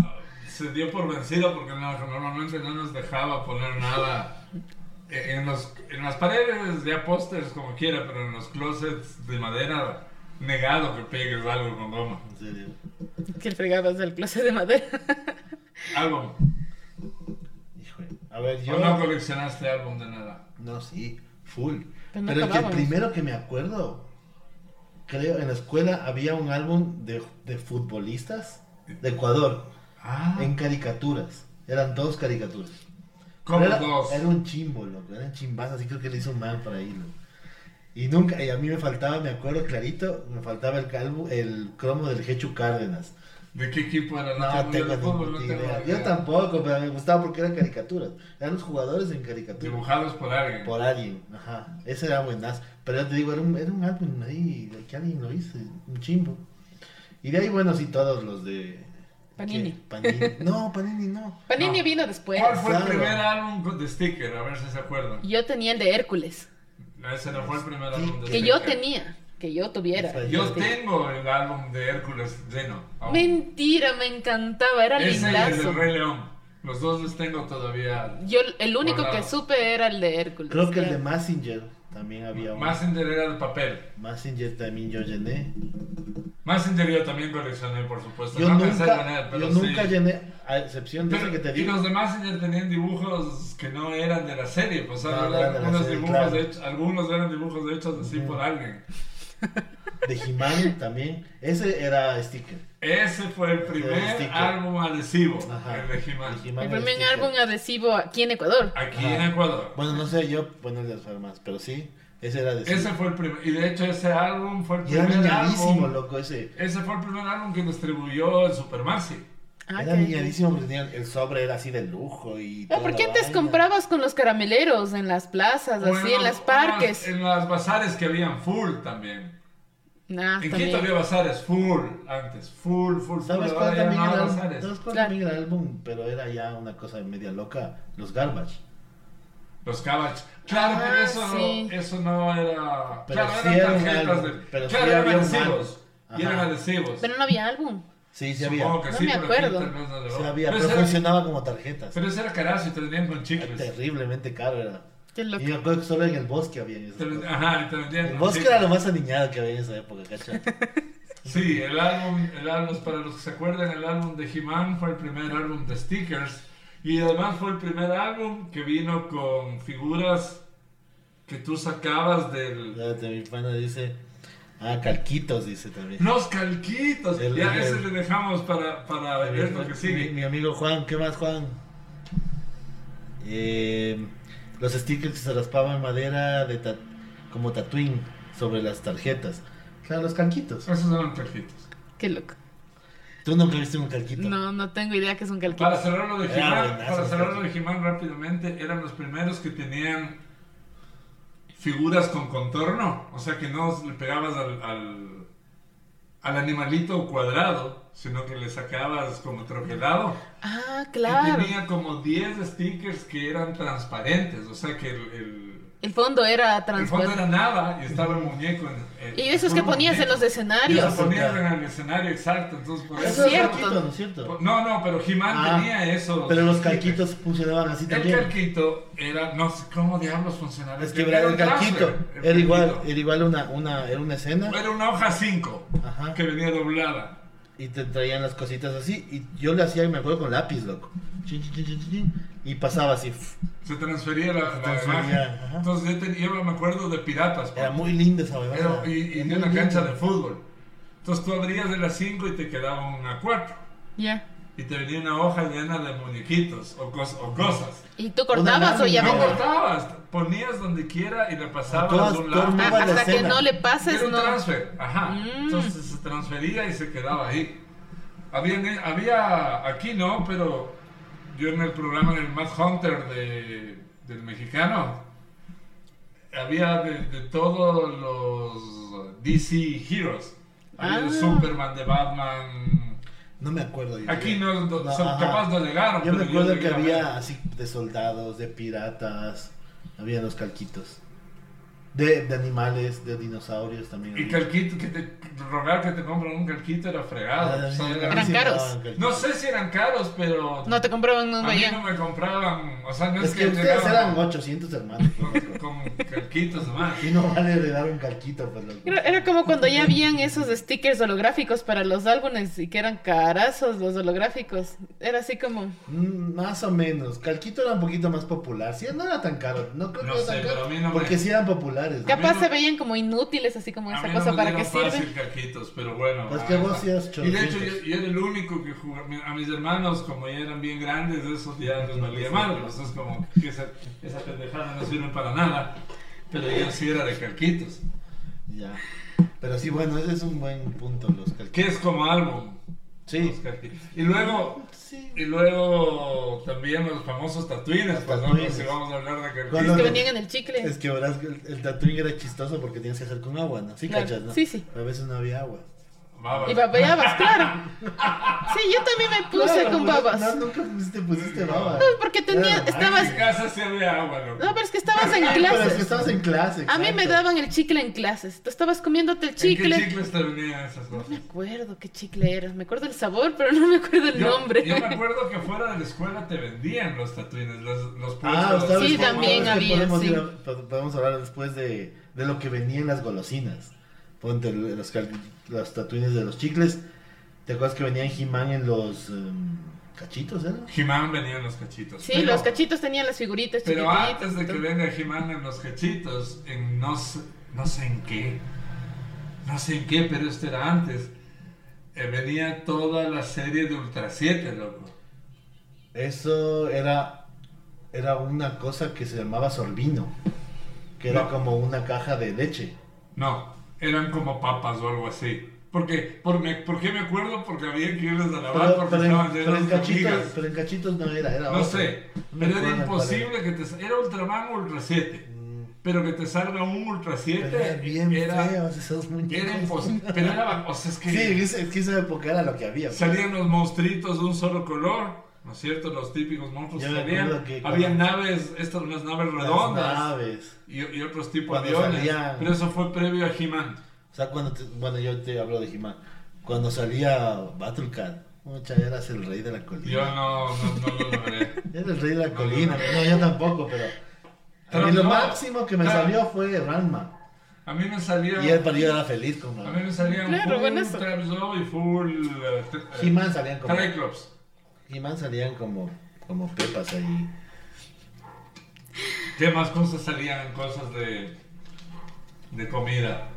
A: se dio por vencida porque no- normalmente no nos dejaba poner nada en, en los, en las paredes, ya pósters como quiera, pero en los closets de madera, negado que pegues algo con goma.
C: En serio.
B: Que fregabas del closet de madera.
A: Álbum.
C: Hijo de- A ver,
A: Yo
C: yo.
A: no coleccionaste álbum de nada.
C: No, sí, full.
B: Pero
C: Pero,
B: no
C: el, que el
B: acabábamos.
C: primero que me acuerdo, creo, en la escuela había un álbum de, de futbolistas de Ecuador
A: Ah,
C: en caricaturas. Eran dos caricaturas.
A: como
C: Pero era,
A: dos.
C: Era un chimbo, loco. Eran chimbazas, así creo que le hizo un man por ahí, loco. Y nunca, y a mí me faltaba, me acuerdo clarito, me faltaba el calvo, el cromo del Hechu Cárdenas.
A: ¿De qué equipo era?
C: No,
A: tengo
C: tengo
A: idea de fútbol,
C: ninguna
A: no tengo
C: idea.
A: idea.
C: Yo tampoco, pero me gustaba porque eran caricaturas. Eran los jugadores en caricaturas.
A: Dibujados por alguien.
C: Por alguien, ajá. Ese era buenazo. Pero ya te digo, era un, era un álbum ahí que alguien lo hizo, un chimbo. Y de ahí, bueno, sí, todos los de.
B: Panini.
C: ¿qué? Panini. No, Panini no.
B: Panini
A: No.
B: vino después.
A: ¿Cuál fue el
C: Claro.
A: primer álbum con- de sticker? A ver si se acuerdan.
B: Yo tenía el de Hércules,
A: Ese no fue el primer álbum de
B: que
A: sticker.
B: yo tenía, que yo tuviera.
A: Yo tengo el álbum de Hércules lleno. aún.
B: Mentira, me encantaba, era
A: Ese y el
B: lindazo.
A: del Rey León. Los dos los tengo todavía.
B: Yo el único que
A: Guardado.
B: supe era el de Hércules.
C: Creo que el de
B: claro.
C: Massinger también había uno.
A: Massinger era de papel.
C: Massinger también yo llené.
A: Massinger yo también coleccioné, por supuesto.
C: Yo
A: no pensé
C: nunca,
A: ganar, pero
C: yo
A: sí.
C: nunca llené, a excepción de
A: Pero-
C: ese que te
A: y
C: digo.
A: los de Massinger tenían dibujos que no eran de la serie, pues
C: No,
A: eran
C: no eran de la
A: algunos,
C: serie,
A: dibujos
C: claro.
A: de hecho- algunos eran dibujos hechos así por alguien.
C: De He-Man también. Ese era sticker.
A: Ese fue el primer
C: sticker.
A: álbum adhesivo,
C: Ajá.
A: el de He-Man.
C: De He-Man
B: El
C: era
B: primer
C: sticker.
B: álbum adhesivo aquí en Ecuador.
A: Aquí
C: Ajá.
A: en Ecuador.
C: Bueno, no sé, yo, bueno, el de las farmas, pero sí, ese era de
A: Ese fue el primer, y de hecho ese álbum fue el
C: Y era
A: primer
C: niñadísimo,
A: álbum.
C: loco, ese.
A: Ese fue el primer álbum que distribuyó el Supermarcy.
B: Ah,
C: era
B: ok.
C: niñadísimo, porque tenían- el sobre era así de lujo y
B: No,
C: todo.
B: porque Ah, antes comprabas con los carameleros en las plazas,
A: O
B: Pues así, en
A: los-
B: las parques.
A: En los bazares que habían full también.
B: Ah,
A: En
B: también.
A: Quito había bazares full antes, full, full, full.
C: ¿Sabes
A: ahora
C: cuál
A: ya
C: también
A: no
C: era
A: hay
C: el
A: bazares.
C: ¿Sabes cuál
B: Claro.
C: también era el álbum? Pero era ya una cosa media loca, los Garbage.
A: Los cabach. Claro,
B: Ah,
A: pero eso,
B: sí.
A: eso no era.
C: Pero
A: claro,
C: sí era
A: eran
C: un
A: tarjetas
C: álbum,
A: de.
C: pero
A: claro,
C: sí
A: eran
C: había un
A: adhesivos.
C: álbum.
A: Y eran
C: Ajá.
A: adhesivos.
B: Pero no había álbum.
C: Sí, sí había.
A: Supongo que
B: No
A: sí,
B: me
A: pero aquí
B: acuerdo.
A: tal vez no lo-
C: Sí había,
A: pero,
C: pero
A: ese era,
C: funcionaba como tarjetas.
A: pero pues. ese era carazo y te vendían con
C: Era
A: chicles.
C: terriblemente caro era.
B: Qué loco.
C: Y me acuerdo que solo en el bosque había esas
A: Te vend-
C: cosas.
A: Ajá, y te vendían
C: El
A: con
C: bosque
A: chicles.
C: era lo más aniñado que había en esa época, ¿cachai?
A: Sí, el álbum, el álbum, para los que se acuerdan, el álbum de He-Man fue el primer álbum de stickers y además fue el primer álbum que vino con figuras que tú sacabas del...
C: Espérate, mi pana dice. Ah, calquitos, dice también.
A: Los calquitos.
C: El-
A: ya
C: el-
A: ese le dejamos para, para
C: A ver,
A: ver lo que
C: Mi,
A: sigue.
C: mi amigo Juan, ¿qué más, Juan? Eh, los stickers que se raspaban en madera de ta- como tatuín sobre las tarjetas. Claro, los calquitos.
A: Esos eran calquitos.
B: Qué loco.
C: Tú nunca viste un calquito.
B: No, no tengo idea que es un calquito.
A: Para cerrar lo de
C: Era
A: He-Man,
C: buenazo,
A: para cerrar lo de
C: calquito.
A: He-Man rápidamente, eran los primeros que tenían figuras con contorno, o sea que no le pegabas al, al, al animalito cuadrado, sino que le sacabas como troquelado.
B: Ah,
A: Y
B: claro.
A: tenía como 10 stickers que eran transparentes, o sea que el, el,
B: El fondo era
A: el fondo
B: transparente.
A: era nada y estaba el muñeco. En, en-
B: Y esos que
A: puro
B: ponías en
A: muñeco.
B: los escenarios.
A: Y esos ponías
C: Azúcar.
A: en el escenario, exacto. Entonces, por
C: Eso
A: eso-
C: es
B: cierto.
C: calquito, ¿no es cierto?
A: No, no, pero He-Man
C: Ah,
A: tenía eso.
C: Pero los calquitos funcionaban así
A: El
C: también.
A: calquito era, no sé cómo diablos funcionaba.
C: Es que
A: era
C: el
A: un
C: calquito
A: transfer, el
C: era igual,
A: calquito.
C: era igual una, una, era una escena
A: Era una hoja 5
C: Ajá.
A: que venía doblada.
C: y te traían las cositas así y yo le hacía, me acuerdo, con lápiz, loco. Chin, chin, chin, chin, chin, chin, y pasaba así.
A: Se transfería la, la
C: transfería,
A: imagen.
C: ajá.
A: Entonces yo, tenía- yo me acuerdo de piratas.
C: Era
A: pa.
C: muy linda esa huevada.
A: Era- y, y
C: Era
A: de
C: muy
A: una
C: linda.
A: cancha de fútbol. Entonces tú abrías de las 5 y te quedaba una 4.
B: Ya.
A: Y te venía una hoja llena de muñequitos o, cos- o cosas.
B: ¿Y tú cortabas o ya
A: No
C: lámina.
B: venía?
A: cortabas, ponías donde quiera y la pasabas
C: todas-
A: de un
C: todo
A: lado.
C: el mundo
B: Ah,
C: Iba a la
B: hasta que
C: escena.
B: no le pases,
A: Era un
B: no.
A: transfer, ajá.
B: Mm.
A: Entonces se transfería y se quedaba ahí. Había, había aquí no, pero yo en el programa del Mad Hunter de, del mexicano, había de, de todos los DC Heroes. Había de
B: Ah.
A: Superman, de Batman.
C: No me acuerdo. yo.
A: Aquí no, no,
C: No,
A: son-
C: ajá.
A: capaz no llegaron.
C: Yo me
A: pero
C: acuerdo
A: llegué
C: que
A: a ver.
C: había así de soldados, de piratas, había los calquitos. De, de animales, de dinosaurios también.
A: Y calquito, que te rogar que te compran un calquito era fregado.
C: Ah,
A: o sea,
C: sí,
A: era-
B: Eran
C: sí,
B: caros.
C: daban calquitos.
A: no sé si eran caros, pero
B: No te compraban un
A: a mí no
B: allá.
A: me compraban. O sea, no es,
C: Es que ustedes
A: llegaban
C: eran 800 hermanos.
A: con, con calquitos nomás.
C: Y no vale le dar un calquito, pues loco.
B: Era, era como cuando ya habían esos stickers holográficos para los álbumes y que eran carazos los holográficos. Era así como.
C: Mm, Más o menos. Calquito era un poquito más popular. Sí, no era tan caro. No creo
A: No
C: que era
A: sé,
C: tan
A: pero
C: caro.
A: a mí no me-
C: porque sí eran populares. ¿no?
A: Cap-
B: Capaz
A: no-
B: se veían como inútiles, así como
A: A
B: esa
A: mí
B: cosa
A: no me
B: para qué
A: dieron
B: sirve.
A: fácil calquitos, pero bueno.
C: Pues
A: ah,
C: que vos
A: ah.
C: sí eras
A: Y de hecho, yo,
C: chorrocientos.
A: yo era el único que jugaba. mi- A mis hermanos, como ya eran bien grandes, esos ya les valía mal. O sea, es como que esa, esa pendejada no sirve para nada. Pero yo sí era de calquitos.
C: Ya. Pero sí, bueno, ese es un buen punto, los
A: Que
C: calquitos.
A: es como álbum.
C: Sí.
A: Oscar Gil. Y luego,
C: Sí.
A: y luego también los famosos tatuines,
C: Los
A: pues no,
C: tatuines.
A: si vamos a hablar de que
C: Cuando-
B: que venían en el chicle.
C: Es que verás que el, el tatuín era chistoso porque tenías que hacer con agua, ¿no? Sí,
B: Claro.
C: cachas, ¿no?
B: Sí, sí.
C: A veces no había agua.
A: babas.
B: Y babeabas, claro. Sí, yo también me puse
C: Claro,
B: con
C: pues,
B: babas.
C: No, nunca pusiste, pusiste baba.
B: No, porque tenía,
C: Claro.
A: Ay,
B: estabas,
A: En mi casa se había agua, loco.
B: Pues, no, pero es que estabas en
C: Pero es que
B: clases.
C: estabas en clase.
B: A mí me
C: exacto.
B: daban el chicle en clases. Tú estabas comiéndote el
A: ¿En qué
B: chicle.
A: chicles te venían esas
B: No me
A: cosas?
B: acuerdo qué chicle era. Me acuerdo el sabor, pero no me acuerdo el
A: Yo-
B: nombre.
A: Yo, me acuerdo que fuera de la escuela te vendían los tatuines, los, los
C: Ah,
A: puestos.
C: ¿sabes
B: Sí,
C: cómo?
B: también ah.
C: ¿Sabes qué?
B: había,
C: podemos,
B: sí.
C: ir a- pod- podemos hablar después de, de lo que venía en las golosinas. Ponte el- los, cal- los tatuines de los chicles. ¿Te acuerdas que venían He-Man en los em, cachitos, era?
A: Jimán venían los cachitos.
B: Sí,
A: pero-
B: los cachitos tenían las figuritas
A: Pero
B: chiquititas
A: antes de
B: y
A: que
B: todo.
A: venga Jimán en los cachitos, en no sé, no sé en qué, no sé en qué, pero esto era antes, eh, venía toda la serie de Ultra 7, loco.
C: Eso era, era una cosa que se llamaba sorbino. Que
A: No.
C: era como una caja de leche.
A: No, eran como papas o algo así. Porque, por, me, ¿Por qué me acuerdo? Porque había que irles a lavar
C: Pero,
A: porque
C: pero en,
A: estaban
C: pero en
A: llenos de
C: cachitos,
A: hormigas.
C: pero en cachitos no era,
A: No
C: era otro.
A: sé,
C: No
A: pero
C: me
A: era
C: acuerdo cuál
A: imposible que te... sa- Era Ultraman o Ultra 7,
C: Mm,
A: pero que te salga un Ultra
C: pero eran
A: 7
C: bien
A: era,
C: feos esos
A: era
C: muñecos.
A: imposible. Pero era... O sea, es que...
C: Sí, en esa- en esa época era lo que había. pues.
A: Salían los monstruitos de un solo color, ¿no es cierto? Los típicos monstruos
C: Yo
A: que
C: me
A: salían.
C: acuerdo que
A: Había
C: cuando-
A: naves, estas unas naves
C: Las
A: redondas
C: naves.
A: y, y otros tipos de
C: Cuando
A: aviones.
C: salían-
A: Pero eso fue previo a He-Man.
C: O sea, cuando te- bueno, yo te hablo de He-Man. Cuando salía Battlecat, mucha eras el rey de la colina.
A: Yo no, no, no lo logré.
C: Era el rey de la
A: No,
C: colina.
A: no,
C: No, yo tampoco, pero.
A: Pero
C: a mí lo
A: no.
C: máximo que me
A: Claro.
C: salió fue Ranma.
A: A mí me salía.
C: Y él para yo era feliz con
A: A mí
C: Ranma.
A: me salían
B: Claro,
A: full
B: bueno, eso.
A: Trapzor y full. eh, t- eh,
C: He-Man salían como.
A: Triclops.
C: He-Man salían como. Como pepas ahí.
A: Ah. ¿Qué más cosas salían? Cosas de. de comida.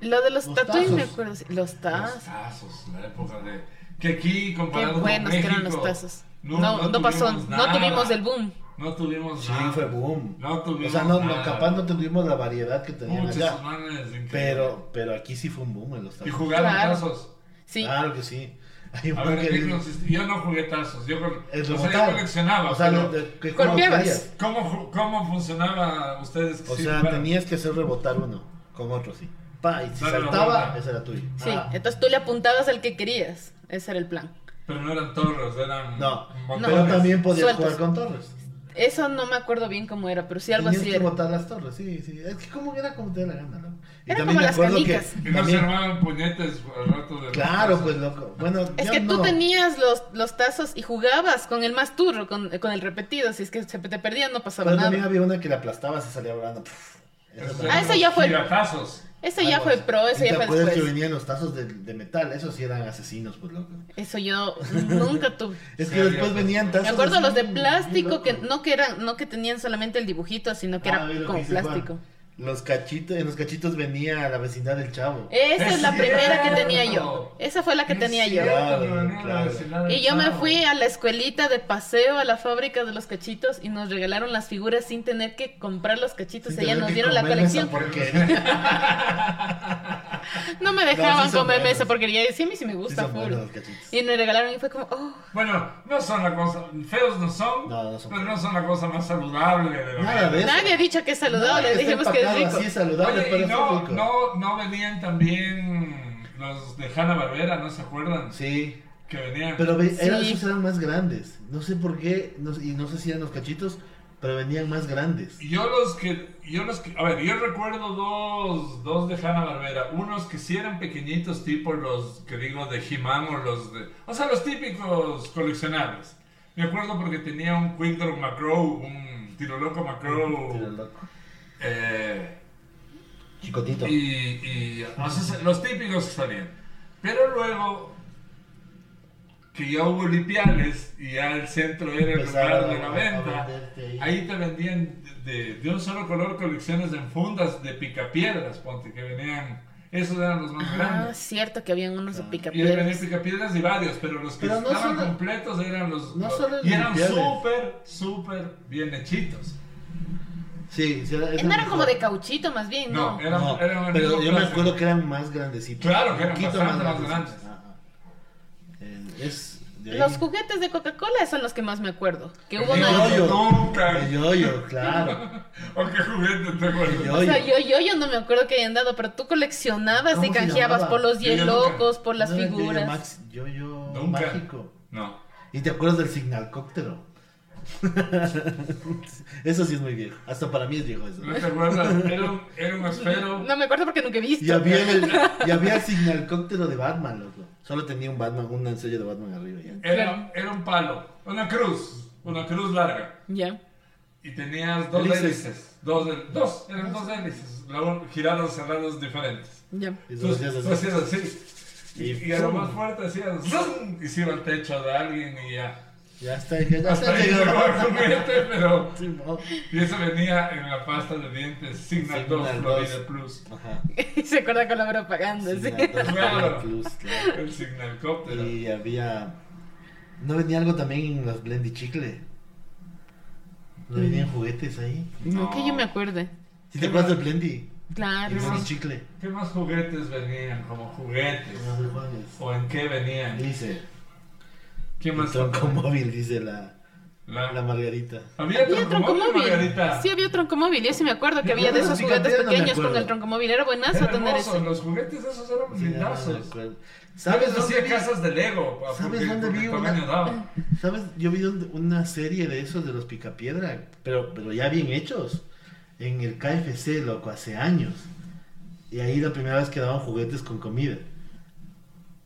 B: Lo de los
C: Los
B: tatuajes me
C: tazos.
B: acuerdo. sí, Los
A: Los
B: tazos.
A: tazos, la época de. Que aquí comparado
B: Ah. Qué
A: con
B: buenos que eran los
A: México,
B: tazos. No, no, pasó.
A: tuvimos
B: No tuvimos
A: nada.
B: el boom.
A: No tuvimos
C: Sí,
A: nada.
C: fue boom.
A: No tuvimos
C: o sea, no, no,
A: nada.
C: capaz no tuvimos la variedad que tenían
A: Muchas
C: allá.
A: semanas increíbles.
C: Pero, pero aquí sí fue un boom en los
A: Y
C: tazos.
A: jugaron
B: Claro.
A: tazos.
B: Sí.
C: Claro que sí. Hay un
A: A
C: man
A: ver,
C: que
A: ¿qué
C: dice-
A: consistía? yo no jugué tazos. Yo, col-
C: El
A: o sea, yo
C: rebotar.
A: coleccionaba.
C: O sea,
A: pero
C: lo de- que-
B: Golpeabas.
C: ¿cómo hacías?
A: ¿cómo, ju- ¿Cómo funcionaba ustedes? que
C: O
A: sí
C: sea,
A: jugaron?
C: tenías que hacer rebotar uno con otro, sí. Pa, y si
A: Dale la
C: saltaba,
A: vuelta.
C: ese era tuyo.
B: Sí,
C: Ah,
B: entonces tú le apuntabas al que querías. Ese era el plan.
A: Pero no eran torres, eran.
C: no,
A: montones.
C: pero también podías
B: pues, Sueltos.
C: jugar con torres.
B: Eso no me acuerdo bien cómo era, pero sí algo
C: tenías
B: así
C: que
B: era.
C: botar las torres, sí, sí. Es que como era como te da la gana, ¿no? Y
B: Era
C: también
B: como
C: me
B: las
C: acuerdo
B: canicas.
A: Y
C: que
A: no se
C: también,
A: armaban puñetes al rato de. los
C: claro,
A: tazos.
C: pues loco. Bueno,
B: Es
C: yo
B: que tú
C: no.
B: tenías los, los tazos y jugabas con el más turro, con, con el repetido. Si es que se te perdía, no pasaba
C: Pero también
B: nada.
C: había una que la aplastabas y salía volando. Pff, esa
A: Esos
C: también.
B: Ah,
A: eran
B: eso
A: los
B: ya fue-
A: giratazos.
B: Eso ya
C: Algo
B: fue
C: así.
B: pro, eso
C: ¿Y
B: ya
C: ¿Te
B: fue
C: acuerdas que
B: después.
C: venían los tazos de, de metal? Esos sí eran asesinos, pues loco.
B: Eso yo nunca tuve.
C: Es
A: Sí,
C: que después
A: había
C: venían
A: tazos.
C: tazos.
B: Me acuerdo
C: así,
B: los de
C: bien
B: plástico que
C: locos.
B: no que eran, no que tenían solamente el dibujito, sino que
C: Ah,
B: era
C: mira lo que
B: con
C: dice Juan.
B: plástico.
C: Los cachitos, en los cachitos venía la vecindad del chavo.
B: Esa es,
A: Es
B: la primera que
A: cierto.
B: tenía yo. Esa fue la que
A: Es
B: tenía yo.
A: cierto,
C: Claro,
A: venía la
C: claro.
A: vecindad del
B: Y yo me
A: chavo.
B: fui a la escuelita de paseo a la fábrica de los cachitos y nos regalaron las figuras sin tener que comprar los cachitos.
C: Sin
B: Ella
C: tener
B: nos
C: que
B: dieron la
C: comerme esa
B: colección.
C: porquería.
B: No me dejaban
C: No, sí son
B: comerme
C: buenos.
B: esa porquería. Y decía a mí sí me
C: Sí
B: gusta
C: son
B: full.
C: buenos los cachitos.
B: Y me regalaron y fue como, oh,
A: Bueno, no son la cosa, feos no son,
C: No, no son
A: pero no son la cosa más saludable de la
C: Nada de
A: vida.
C: eso.
B: nadie ha dicho que es saludable.
C: Está
B: Dijimos que es
C: empacado
B: rico.
C: Así es saludable,
A: Oye,
C: pero
A: y
C: está
A: no,
C: rico.
A: no, no venían también los de Hanna Barbera, ¿no se acuerdan?
C: Sí,
A: Que venían.
C: pero ve- eran,
B: Sí.
C: esos eran más grandes. No sé por qué, no sé- y no sé si eran los cachitos, pero venían más grandes.
A: Yo los que, yo los que, a ver, yo recuerdo dos, dos de Hanna Barbera, unos que sí eran pequeñitos, tipo los que digo de He-Man o los de, o sea, los típicos coleccionables. Me acuerdo porque tenía un Quick Draw Macro, un Tiro Loco Macro,
C: Tira loco.
A: eh,
C: Chicotito.
A: Y, y, o sea, los típicos que salían. Pero luego que ya hubo lipiales y ya el centro era el
C: Empezaron
A: lugar de la
C: a- a
A: venta,
C: venderte ahí.
A: ahí te vendían de, de un solo color colecciones en fundas de picapiedras, ponte, que venían, esos eran los más
B: Ah,
A: grandes.
B: cierto que habían unos de
C: Ah.
A: Y ahí venían
B: picapiedras.
A: picapiedras y varios, pero los que
C: Pero no
A: estaban
C: solo-
A: completos eran los...
C: no
A: los-
C: solo en
A: y eran
C: lipiales.
A: súper, súper bien hechitos.
C: Sí, sí, era-
B: Eh,
C: era
B: No eran
C: mejor.
B: como de cauchito, más bien, ¿no?
A: No, eran-
C: No,
A: eran el
C: pero
A: mismo
C: yo me
A: plástico.
C: acuerdo que eran más grandecitos.
A: Claro que eran
C: Un poquito
A: bastante más grandes.
C: Ajá. es de ahí.
B: Los juguetes de Coca-Cola son los que más me acuerdo. Que hubo
A: El
B: una-
A: yoyo.
C: yoyo.
A: Nunca.
C: El yoyo, claro.
A: ¿O Oh, qué juguete te
C: El
A: acuerdas?
B: O sea,
C: yoyo.
B: yo, yo, yo no me acuerdo que hayan dado, pero tú coleccionabas y
C: ¿Cómo se
B: canjeabas
C: llamaba?
B: por los
A: Yo ya
B: 10
A: nunca-
B: locos, por las
C: No era el Yoyo,
B: figuras.
C: Max, yoyo
A: Nunca.
C: mágico.
A: No.
C: ¿Y te acuerdas del signalcóptero? eso sí es muy viejo. Hasta para mí es viejo eso.
A: ¿No te acuerdas? Era un, era un esfero.
B: No me acuerdo porque nunca he visto.
C: Y había el, y había el signalcóptero de Batman, loco. Solo tenía un Batman, un ensayo de Batman arriba ya.
A: Era, era un palo. Una cruz. Una cruz larga.
B: Ya.
A: Y tenías dos
C: Hélices.
A: hélices. Dos, hel- dos. Eran dos hélices. la un- Girados, cerrados, diferentes.
B: Ya.
C: Y
A: Tú,
C: solo hacías
A: tú
C: así.
A: hacías así. Y,
C: Y
A: y a lo
C: ¡pum!
A: más fuerte hacías ¡zum! Y se iba al techo de alguien y ya.
C: Ya está, ya, ya
A: Hasta
C: está
A: ahí llegó el
C: llegando.
A: juguete, pero...
C: Sí, mo.
A: Y eso venía en la pasta de dientes Signal
C: Signal
A: 2 Florida
C: 2.
A: Plus.
C: Ajá.
B: Y se acuerda con la propaganda, sí.
C: Signal dos,
A: Claro.
C: Plus, claro.
A: El Signal Cóptero.
C: Y había. ¿No venía algo también en los Blendy Chicle? ¿No
A: Mm.
C: venían juguetes ahí?
B: No que yo
A: No.
B: me acuerde.
C: ¿Sí te acuerdas del Blendy?
A: Ah,
C: El
B: Claro.
C: Blendy Chicle.
A: ¿Qué más juguetes venían? Como juguetes. ¿O en qué venían?
C: Dice.
A: ¿Qué
C: El
A: más? Ah.
C: tronco móvil, dice la,
A: La-
C: la Margarita.
A: Había
B: Había
A: troncomóvil,
B: troncomóvil.
A: Margarita.
B: Sí, había troncomóvil. Yo sí me acuerdo que había de esos
C: Fíjate,
B: juguetes
C: no me
B: pequeños con
C: acuerdo.
B: el troncomóvil. Era buenazo
A: Era
B: Ah, tener
A: hermoso,
B: eso.
A: los juguetes esos eran
C: Sí, ya no
A: lindazos.
C: me acuerdo.
A: ¿Sabes?
C: ¿Sabes
A: Yo
C: dónde
A: hacía
C: vi-
A: casas de Lego. pa-
C: ¿Sabes
A: porque-
C: dónde
A: porque
C: vi
A: el
C: una-
A: tamaño daba.
C: ¿Sabes? Yo vi donde- una serie de esos de los Picapiedra, pero, pero ya bien hechos, en el KFC, loco, hace años. Y ahí la primera vez que daban juguetes con comida.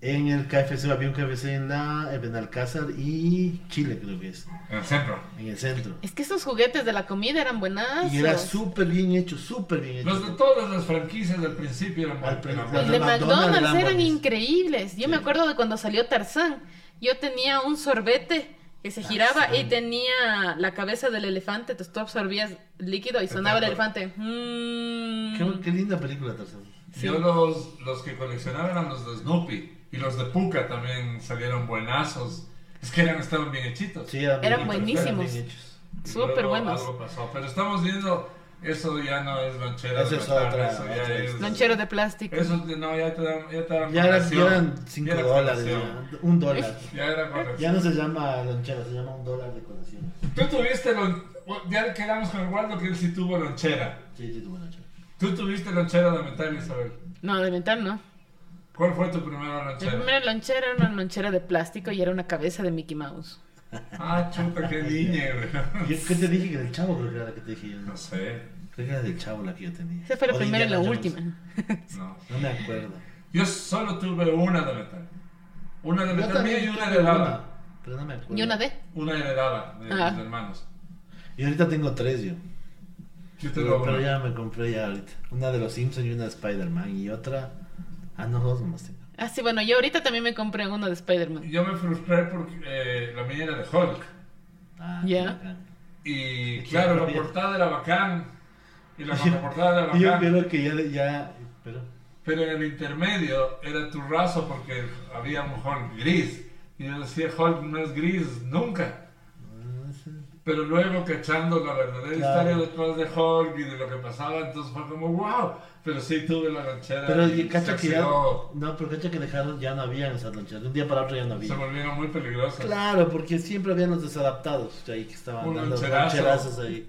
C: En el KFC, había un KFC en la en Benalcázar y Chile, creo que es,
A: En el centro.
C: en el centro.
B: Es que esos juguetes de la comida eran buenazos.
C: Y era súper bien hecho, súper bien hecho.
A: Los de todas las franquicias del principio eran
C: Al
A: eran
C: principio.
A: buenos.
B: Los de
C: de
B: McDonald's,
C: McDonald's eran
B: eran
C: buenos.
B: increíbles. Yo me
C: Sí.
B: acuerdo de cuando salió Tarzán. Yo tenía un sorbete que se giraba y tenía la cabeza del elefante. Entonces tú absorbías líquido y sonaba el elefante. Mm.
C: Qué, qué linda película, Tarzán.
A: Yo los, los que coleccionaba eran los de Snoopy. Y los de Puka también salieron buenazos. Es que eran, estaban bien hechitos.
C: Sí, eran, bien
B: Eran
C: hechos,
B: buenísimos.
C: bien hechos.
A: Y
B: Súper
A: luego
B: buenos.
A: Algo pasó. Pero estamos viendo, eso ya no es lonchera.
C: Eso
A: de
C: es
A: la tarde,
C: otra-
A: eso ya
C: otra
A: es-
C: historia.
B: Lonchero de plástico.
A: Eso te- no, ya te dan. Ya, te dan
C: Ya eran,
A: colación.
C: ya eran 5
A: Ya era
C: dólares,
A: colación.
C: ya, un dólar.
A: Ya era colación.
C: Ya no se llama lonchera, se llama un dólar de colación.
A: Tú tuviste. lon- Ya quedamos con el guardo que él sí tuvo lonchera.
C: Sí, sí, tu lonchera.
A: Tú tuviste lonchera de metal, Isabel.
B: No, de mental no.
A: ¿Cuál fue tu primera
B: La
A: lonchera?
B: primera lonchera era una lonchera de plástico y era una cabeza de Mickey Mouse.
A: Ah, chuta, qué niña, güey.
C: Yo- ¿Qué te dije que era del chavo? Creo que era la que te dije yo.
A: No sé.
C: Creo que era del chavo la que yo tenía.
B: Esa fue la
C: O de
B: primera y la
C: Indiana Jones.
B: última.
A: No.
C: No me acuerdo.
A: Yo solo tuve una de metal. Una de
C: Yo
A: metal mía y
C: también
A: una
C: tuve
A: heredada.
C: una, Pero no me acuerdo.
B: Y una de.
A: Una heredada de
B: Ah.
A: mis hermanos.
C: Y ahorita tengo tres yo.
A: Yo te
C: Pero,
A: lo
C: ya me compré ya ahorita. Una de los Simpsons y una de Spider-Man y otra. Ah, no, dos nomás tengo.
B: Ah, sí, bueno, yo ahorita también me compré uno de Spider-Man.
A: Yo me frustré porque eh, la mía era de Hulk.
C: Ah, qué
B: Ya.
C: bacán.
A: Y claro, la portada era bacán. Y la contraportada
C: Y
A: era
C: yo
A: bacán.
C: creo que ya. ya pero.
A: Pero en el intermedio era tu raso porque había un Hulk gris. Y yo decía, Hulk no es gris nunca.
C: no sé.
A: Pero luego cachando la verdadera
C: Claro.
A: historia detrás de Hulk y de lo que pasaba, entonces fue como, wow. Pero sí tuve la ranchera.
C: Pero
A: y
C: y cacha
A: se
C: que ya.
A: oxidó,
C: No, pero cacha que dejaron, ya no habían esas loncheras. De un día para otro ya no
A: Se
C: había.
A: volvieron muy peligrosas.
C: Claro, porque siempre habían los desadaptados ahí que estaban
A: Un
C: dando
A: loncherazo.
C: loncherazos ahí.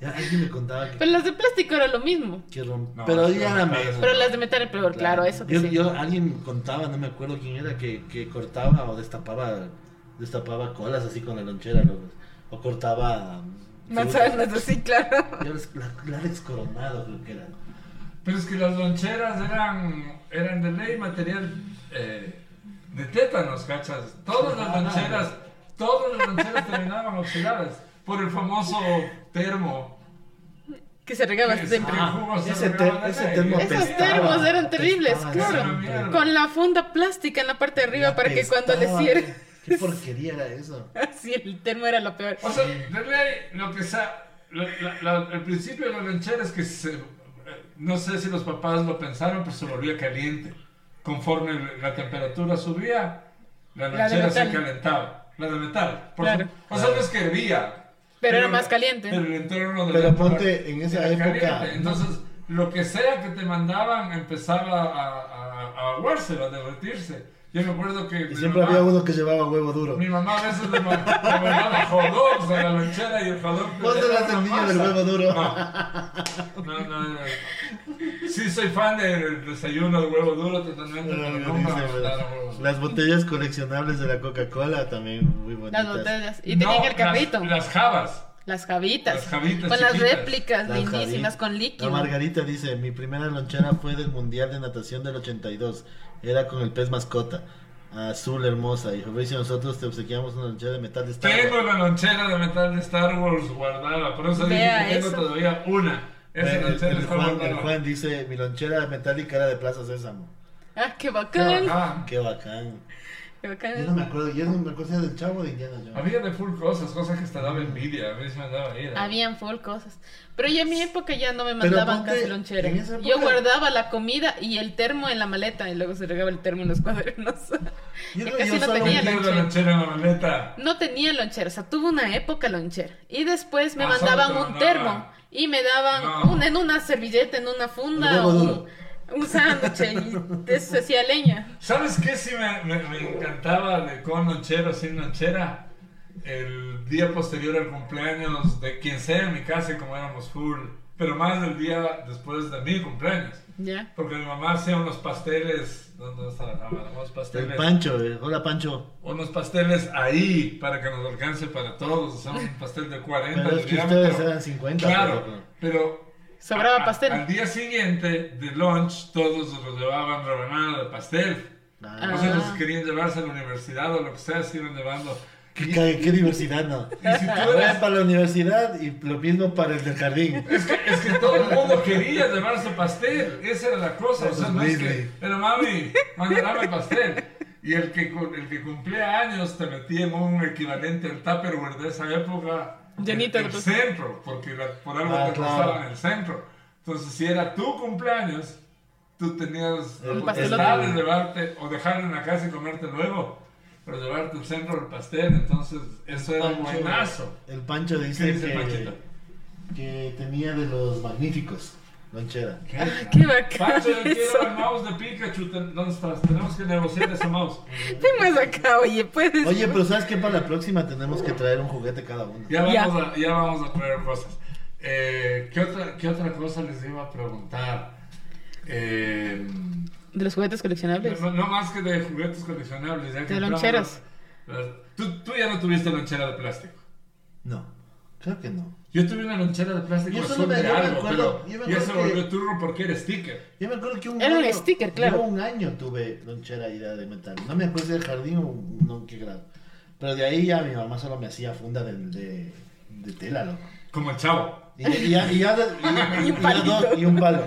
C: Ya alguien me contaba que,
B: Pero las de plástico era lo mismo.
C: que rom-
A: No,
C: pero
A: sí,
C: ya era
A: claro.
C: menos.
B: Pero las de metal era peor, claro, eso que
C: yo,
B: sí.
C: yo- alguien me contaba, no me acuerdo quién era, que, que cortaba o destapaba destapaba colas así con la lonchera, loco. o cortaba um,
B: Manzanas, así, claro.
C: frutas. Yo les- la, la Alex Coronado creo que era.
A: Pero es que las loncheras eran, eran de ley material eh, de tétanos, cachas. Todas las
C: Ah.
A: loncheras, todas las loncheras terminaban oxidadas por el famoso termo.
B: Que se regaba
A: Sí,
B: siempre.
A: ah, jugo se
C: ese,
A: regaba
C: ter-
A: de
C: ese
A: ley.
C: termo
B: Esos
C: apestaba,
B: termos eran terribles,
C: apestaba
A: claro.
C: siempre.
B: Con la funda plástica en la parte de arriba para que cuando le
C: Apestaba.
B: cierre.
C: Qué porquería era eso.
B: Así el termo era lo peor.
A: O sea, de ley, lo que sa lo- la- la- el principio de la lonchera es que se- no sé si los papás lo pensaron, pero se volvía caliente. Conforme la temperatura subía, la
B: La de
A: lonchera se
B: metal.
A: calentaba. La de metal. por
B: Claro.
A: su- o sea, no es que hervía.
B: Pero era más caliente.
A: Pero el entorno de la
C: Pero
A: época
C: ponte, en esa
A: era
C: época,
A: caliente. Entonces, lo que sea que te mandaban empezaba a, a, a aguarse, a derretirse. Yo me acuerdo que.
C: Y
A: mi
C: siempre
A: mamá-
C: había uno que llevaba huevo duro.
A: Mi mamá a veces le ma- le mandaba hot dogs a la lonchera y el hot dog.
C: Vos eras
A: era
C: el
A: una
C: niño del
A: masa.
C: huevo duro.
A: No, no, no. Sí, soy fan del desayuno de huevo duro totalmente.
C: Bueno,
A: pero
C: bueno,
A: nunca me
C: Ah, dice,
A: mandaron huevos duros.
C: Las botellas coleccionables de la Coca-Cola también muy bonitas.
B: Las botellas. Y tenían
A: No,
B: el carrito.
A: Las,
B: Las,
A: las jabas.
B: javitas.
A: las javitas
B: Con las
A: chiquitas.
B: réplicas
C: Las
B: lindísimas
C: Javi-
B: con líquido.
C: La Margarita dice, mi primera lonchera fue del Mundial de Natación del 82. Era con el pez mascota. Azul hermosa. Y Fabricio, nosotros te obsequiamos una lonchera de metal de Star Wars".
A: Tengo la lonchera de metal de Star Wars guardada. Por eso dije
B: Vea
A: que tengo
B: eso.
A: todavía una. Esa
C: El, el-
A: lonchera
C: el
A: está
C: Juan, el
A: guardada.
C: Juan dice, mi lonchera metálica era de Plaza Sésamo.
B: Ah, qué
A: Qué
B: bacán.
A: bacán.
C: Qué bacán.
B: Qué
C: Yo
B: bacán.
C: no me acuerdo, yo no me acuerdo si era del chavo o de Indiana Jones.
A: Había de full cosas, cosas que te daba envidia. A mí se me daba ira.
B: Habían full cosas. Pero ya en mi época ya no me
C: Pero
B: mandaban
C: ponte,
B: casi lonchera.
C: en esa época-
B: Yo guardaba la comida y el termo en la maleta y luego se regaba el termo en los cuadernos.
C: Yo
B: Yo
C: creo que
B: casi
C: yo
B: no
C: solo
B: tenía
A: Metí la
B: lonchera.
A: lonchera en la maleta.
B: No tenía lonchera, o sea, tuve una época lonchera. Y después me
A: Ah, solo
B: mandaban
A: te
B: un
A: mandaban.
B: termo y me daban
A: No.
B: un- en una servilleta, en una
C: El
B: funda,
C: huevo
B: un,
C: duro.
B: un sándwich y de eso se hacía leña.
A: ¿Sabes qué? Sí, me, me- me encantaba de con lonchera o sin lonchera. El día posterior al cumpleaños de quien sea en mi casa, y como éramos full, pero más el día después de mi cumpleaños.
B: Ya.
A: Porque mi mamá hacía unos pasteles. ¿Dónde está la cámara? Unos
C: El
A: pasteles.
C: Pancho, eh. hola Pancho.
A: Unos pasteles ahí para que nos alcance para todos. O sea, un pastel de 40.
C: Pero
A: de
C: es que
A: diámetro.
C: ustedes eran 50.
A: Claro,
C: pero-
A: pero
B: Sobraba
A: a- Al
B: pastel.
A: día siguiente de lunch, todos nos llevaban rebanada de pastel.
C: Ah,
B: Ah.
A: Entonces los Pues, querían llevarse a la universidad o lo que sea, se iban llevando.
C: qué, ca- qué diversidad, ¿no?
A: Y si tú
C: Ahora es
A: eres-
C: para la universidad y lo mismo para el del jardín.
A: Es que, es que todo el mundo quería llevar su pastel, esa era la cosa, o sea, no es que, pero mami, mandame el pastel. Y el que, cu- el que cumplía años te metía en un equivalente al Tupperware de esa época,
B: Llenito
A: el,
B: de
A: el
B: pastel.
A: centro, porque la- por algo
C: Ah,
A: te
C: claro.
A: costaban el centro. Entonces, si era tu cumpleaños, tú tenías la
C: El
A: potestad
C: pastelote.
A: de llevarte o dejarlo en la casa y comerte luego, pero llevarte el centro del pastel, entonces eso era
C: Pancho-
A: buenazo.
C: El Pancho
A: ¿Qué
C: dice
A: dice
C: que,
A: Panchito?
C: que tenía de los magníficos, lonchera.
B: Ah, qué bacán.
A: Pancho, yo
B: eso.
A: quiero el mouse de Pikachu. Ten- ¿Dónde estás? Tenemos que negociar ese mouse.
B: Ven más acá, oye, puedes.
C: Oye, pero ¿sabes qué? Para la próxima tenemos que traer un juguete cada uno.
A: Ya
B: Ya.
A: vamos, A, ya vamos a traer cosas. Eh, ¿qué, otra, ¿Qué otra cosa les iba a preguntar? Eh,
B: De los juguetes coleccionables.
A: no, no más que de juguetes coleccionables. ya que entramos
B: loncheras.
A: a- a- Tú, tú ya no tuviste lonchera de plástico.
C: No, creo que no.
A: Yo tuve una lonchera de plástico
C: Yo solo
A: azul
C: me-
A: de
C: yo me
A: algo,
C: acuerdo- yo me
A: pero ya se
C: acuerdo que-
A: volvió turro porque era sticker.
C: Yo me acuerdo que un
B: Era un
C: año-
B: sticker, claro.
C: Yo un año tuve lonchera y era de metal. No me acuerdo si del jardín o no, qué grado. Pero de ahí ya mi mamá solo me hacía funda de, de, de tela, loco.
A: Como el chavo.
C: Y, y ya, y, ya, y,
B: Y un
C: ya
B: palito.
C: dos- y un palo.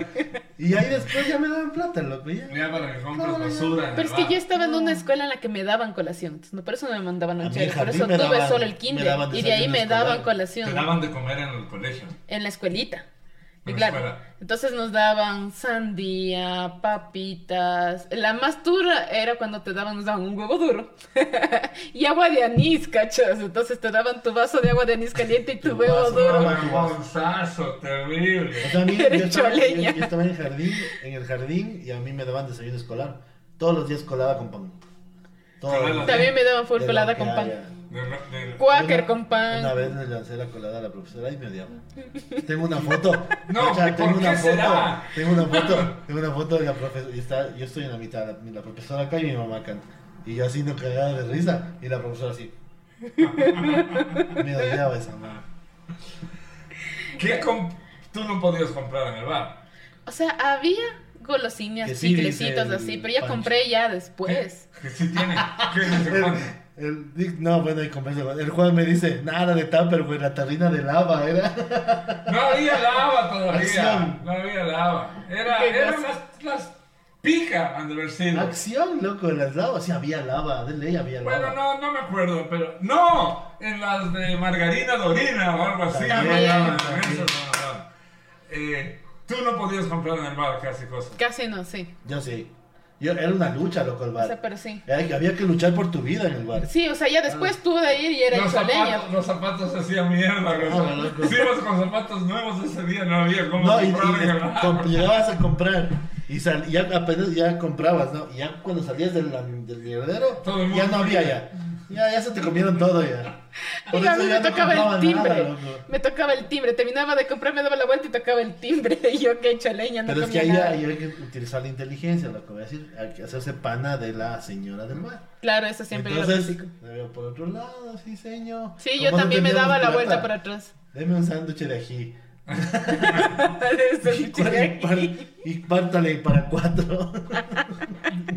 C: Y ahí después ya me daban plata, loco. y ya.
A: Ya para que compras
C: No, no, no.
A: basura. en
B: Pero
A: el
B: es que
A: bar.
B: yo estaba en una escuela en la que me daban colación, entonces, no, por eso no me mandaban
C: A mí el
B: lonchera, por
C: jardín
B: eso
C: me
B: tuve
C: daban-
B: solo el
C: me
B: kinder
C: daban
B: y de ahí
C: desayuno
B: me
C: escolar.
B: daban colación
A: Te daban de comer en el colegio.
B: en la escuelita. Y
A: En la
B: claro,
A: escuela.
B: entonces nos daban sandía, papitas. La más dura era cuando te daban, nos daban un huevo duro y agua de anís, cachas. Entonces te daban tu vaso de agua de anís caliente y tu,
C: Tu
B: huevo
C: vaso,
B: duro.
C: mamá.
A: Un bolsazo terrible.
C: O sea, a mí- yo,
B: Eres
C: estaba, yo-
B: choleña.
C: yo estaba en el jardín, en el jardín y a mí me daban desayuno escolar. Todos los días colada con pan. Todos
A: Colada.
C: los días.
B: También me daban full
C: De lo
B: colada
C: que
B: con pan.
C: haya.
A: De la- de-
C: Pues-
B: Quaker
C: Una-
B: con pan.
C: Una vez le lancé la colada a la profesora y me odiaba. Tengo una foto.
A: No, ¿por qué
C: tengo una foto.
A: será?
C: Tengo una foto. Tengo una foto de la profesora. Y está, yo estoy en la mitad. La, la profesora acá y mi mamá acá. Y yo así no cagada de risa. Y la profesora así. Me odiaba esa mamá.
A: ¿Qué comp- tú no podías comprar en el bar?
B: O sea, había golosinas,
C: Que sí,
B: chiclecitos
C: dice el
B: así, pero ya
C: Pancho.
B: compré ya
C: Pues.
B: después.
A: Que sí tiene. ¿Qué es ese
C: El,
A: cuate?
C: el Dick- no, bueno, y conversa con- El Juan me dice, nada de tupper, güey, la tarrina de lava era.
A: No había lava todavía.
C: Acción. pues.
A: No había lava. Era,
B: Qué
A: eran
B: cosa.
A: las, las picas, han de haber sido.
C: Acción, loco, en las lavas. Sí, había lava, de ley había lava.
A: Bueno, no, no me acuerdo, pero. ¡No! En las de margarina dorina o algo así. Ah,
C: También,
A: no, no, no,
C: también.
A: eso no, no. Eh, tú no podías comprar en el bar casi cosas.
B: Casi no, sí.
C: Yo sí. Yo, era una lucha, loco, el
B: O sea,
C: bar.
B: pero sí.
C: Ay, Había que luchar por tu vida en el bar.
B: Sí, o sea, ya
C: Ah.
B: después tuve de ir y era
A: Los
B: hecho leña.
A: zapatos, los zapatos se hacían mierda. güey.
C: Ah, loco.
A: Si ibas con zapatos nuevos ese día, no había cómo
C: No, y, y
A: comprar en el
C: le-
A: bar.
C: comp- llegabas a comprar Y, sal, y ya apenas ya comprabas, ¿no? Y ya cuando salías del, del mierdero,
A: Todo el mundo.
C: ya no había ya. Ya, ya se te comieron todo ya. Por
B: Y a
C: eso
B: mí me
C: ya no
B: tocaba el
C: compraban
B: timbre.
C: nada, loco.
B: me tocaba el timbre. Terminaba de comprar, me daba la vuelta y tocaba el timbre. Y yo que he hecho leña, no
C: Pero es que
B: comía
C: ahí
B: nada.
C: hay, hay que utilizar la inteligencia, lo que voy a decir, hay que hacerse pana de la señora del mar.
B: Claro, eso siempre yo lo
C: Entonces,
B: critico.
C: me veo por otro lado, sí, señor.
B: Sí,
C: ¿Cómo
B: yo
C: no
B: también me
C: teníamos
B: daba la
C: plata?
B: vuelta por atrás.
C: Deme un sándwich de ají.
B: Eso,
C: Y, cuál- y
B: chiqui.
C: par- y pártale para cuatro.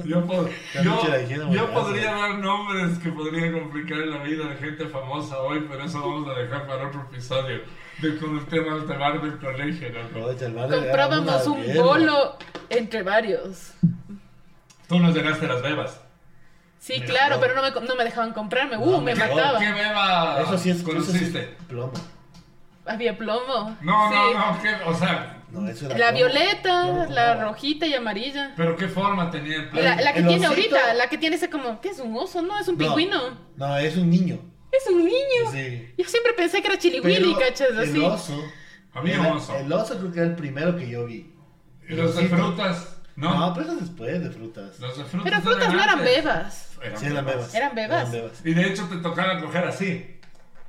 A: Yo, pod-
C: La
A: yo-
C: noche de ayer,
A: yo
C: güey.
A: podría dar nombres que podrían complicar la vida de gente famosa hoy, pero eso vamos a dejar para otro episodio. De con el tema del tabar del colegio, ¿no?
C: Aprovecha, el bar era
B: Comprábamos
C: una
B: un
C: mierda.
B: bolo entre varios.
A: Tú nos llegaste las bebas.
B: Sí,
C: Me
B: claro, pero
C: acuerdo.
B: no me, com- no me dejaban comprarme. Uh,
C: No,
B: me
C: me acuerdo.
B: mataba.
A: ¿Qué beba
C: Eso sí es eso sí es
A: conociste?
C: plomo.
B: Había plomo.
A: No,
B: Sí.
A: no, no, ¿qué? o sea,
C: No, eso era
B: La
C: plomo.
B: violeta,
C: Plomo,
B: la
C: plomo.
B: rojita y amarilla.
A: pero ¿qué forma tenía el plan?
B: La, la que
C: el
B: tiene
C: osito.
B: ahorita, la que tiene ese como, ¿qué es un oso? No, es un
C: No.
B: pingüino.
C: No, es un niño.
B: Es un niño.
C: Sí.
B: Yo siempre pensé que era
C: Pero
B: chiliwili, cachas, así.
C: El oso.
A: Había
C: era-
A: un oso.
C: El oso creo que era el primero que yo vi.
A: ¿Y los de
C: osito.
A: frutas?
C: No,
A: No,
C: pero eso es después de frutas.
A: los de frutas.
B: Pero frutas no eran
A: antes.
B: bebas.
C: Sí, eran bebas.
B: Eran bebas.
A: Y de hecho te tocaba coger así.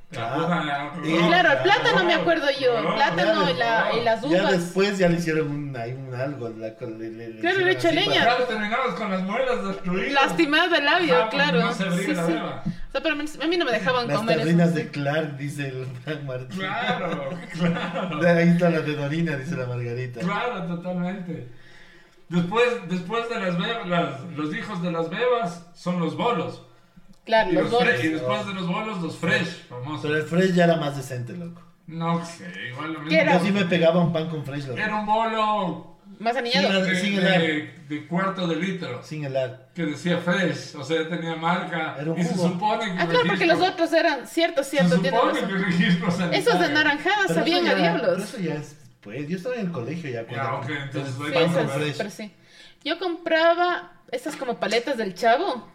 A: La
C: Ah.
A: aguja, la-
C: Y
A: la-
B: Claro, el
C: claro.
B: plátano me acuerdo yo.
A: No,
B: plátano
C: ya
B: y, la,
A: no.
B: y las
C: Ya
B: uvas.
C: después ya le hicieron un, ahí un algo. La, le, le- le
B: Claro,
C: hicieron
B: le echó
C: así
B: leña.
A: Claro, terminabas con las muelas destruidas.
B: Lastimada el labio,
C: pues,
A: Ajá, porque
B: claro.
A: No se abría
B: Sí,
A: la
B: sí.
A: beba.
B: O sea, pero a mí no me dejaban
C: Las
B: comer eso.
C: tablinas de Clark, dice el Frank Martín.
A: Claro, claro.
C: Ahí está la de Dorina, dice la Margarita.
A: Claro, totalmente. Después, después de las bebas, las- los hijos de las bebas son los bolos.
B: Claro,
A: y,
B: los
A: los fre-
B: bolos.
A: y después de los bolos, los fresh,
C: Pero
A: famosos.
C: el Fresh ya era más decente, loco.
A: No sé, igual lo mismo.
B: ¿Qué era?
C: Yo sí me pegaba un pan con Fresh, loco.
A: Era un bolo
B: Más aniñado.
C: Ah, Sí,
A: de,
C: Sin
A: de-
C: helado.
A: de cuarto de litro
C: Sin helar.
A: que decía fresh, o sea, tenía marca.
C: Era un
A: y se
C: jugo.
A: supone que.
B: Ah, claro, porque
A: registro-
B: los otros eran. Cierto,
A: Se
B: cierto, tienes
A: supone que
B: razón.
A: registro
B: Esos de
A: sanitario.
B: naranjadas
C: Pero
B: sabían
C: eso
B: a
C: ya- pero
B: diablos.
C: Eso ya es. Pues yo estaba en el colegio ya. cuando-
A: Ya, Ah, ok, entonces
B: Sí,
A: doy
C: pan
A: con
C: con
B: esas,
A: Fresh.
B: pero
C: Fresh.
B: sí. Yo compraba estas como paletas del chavo.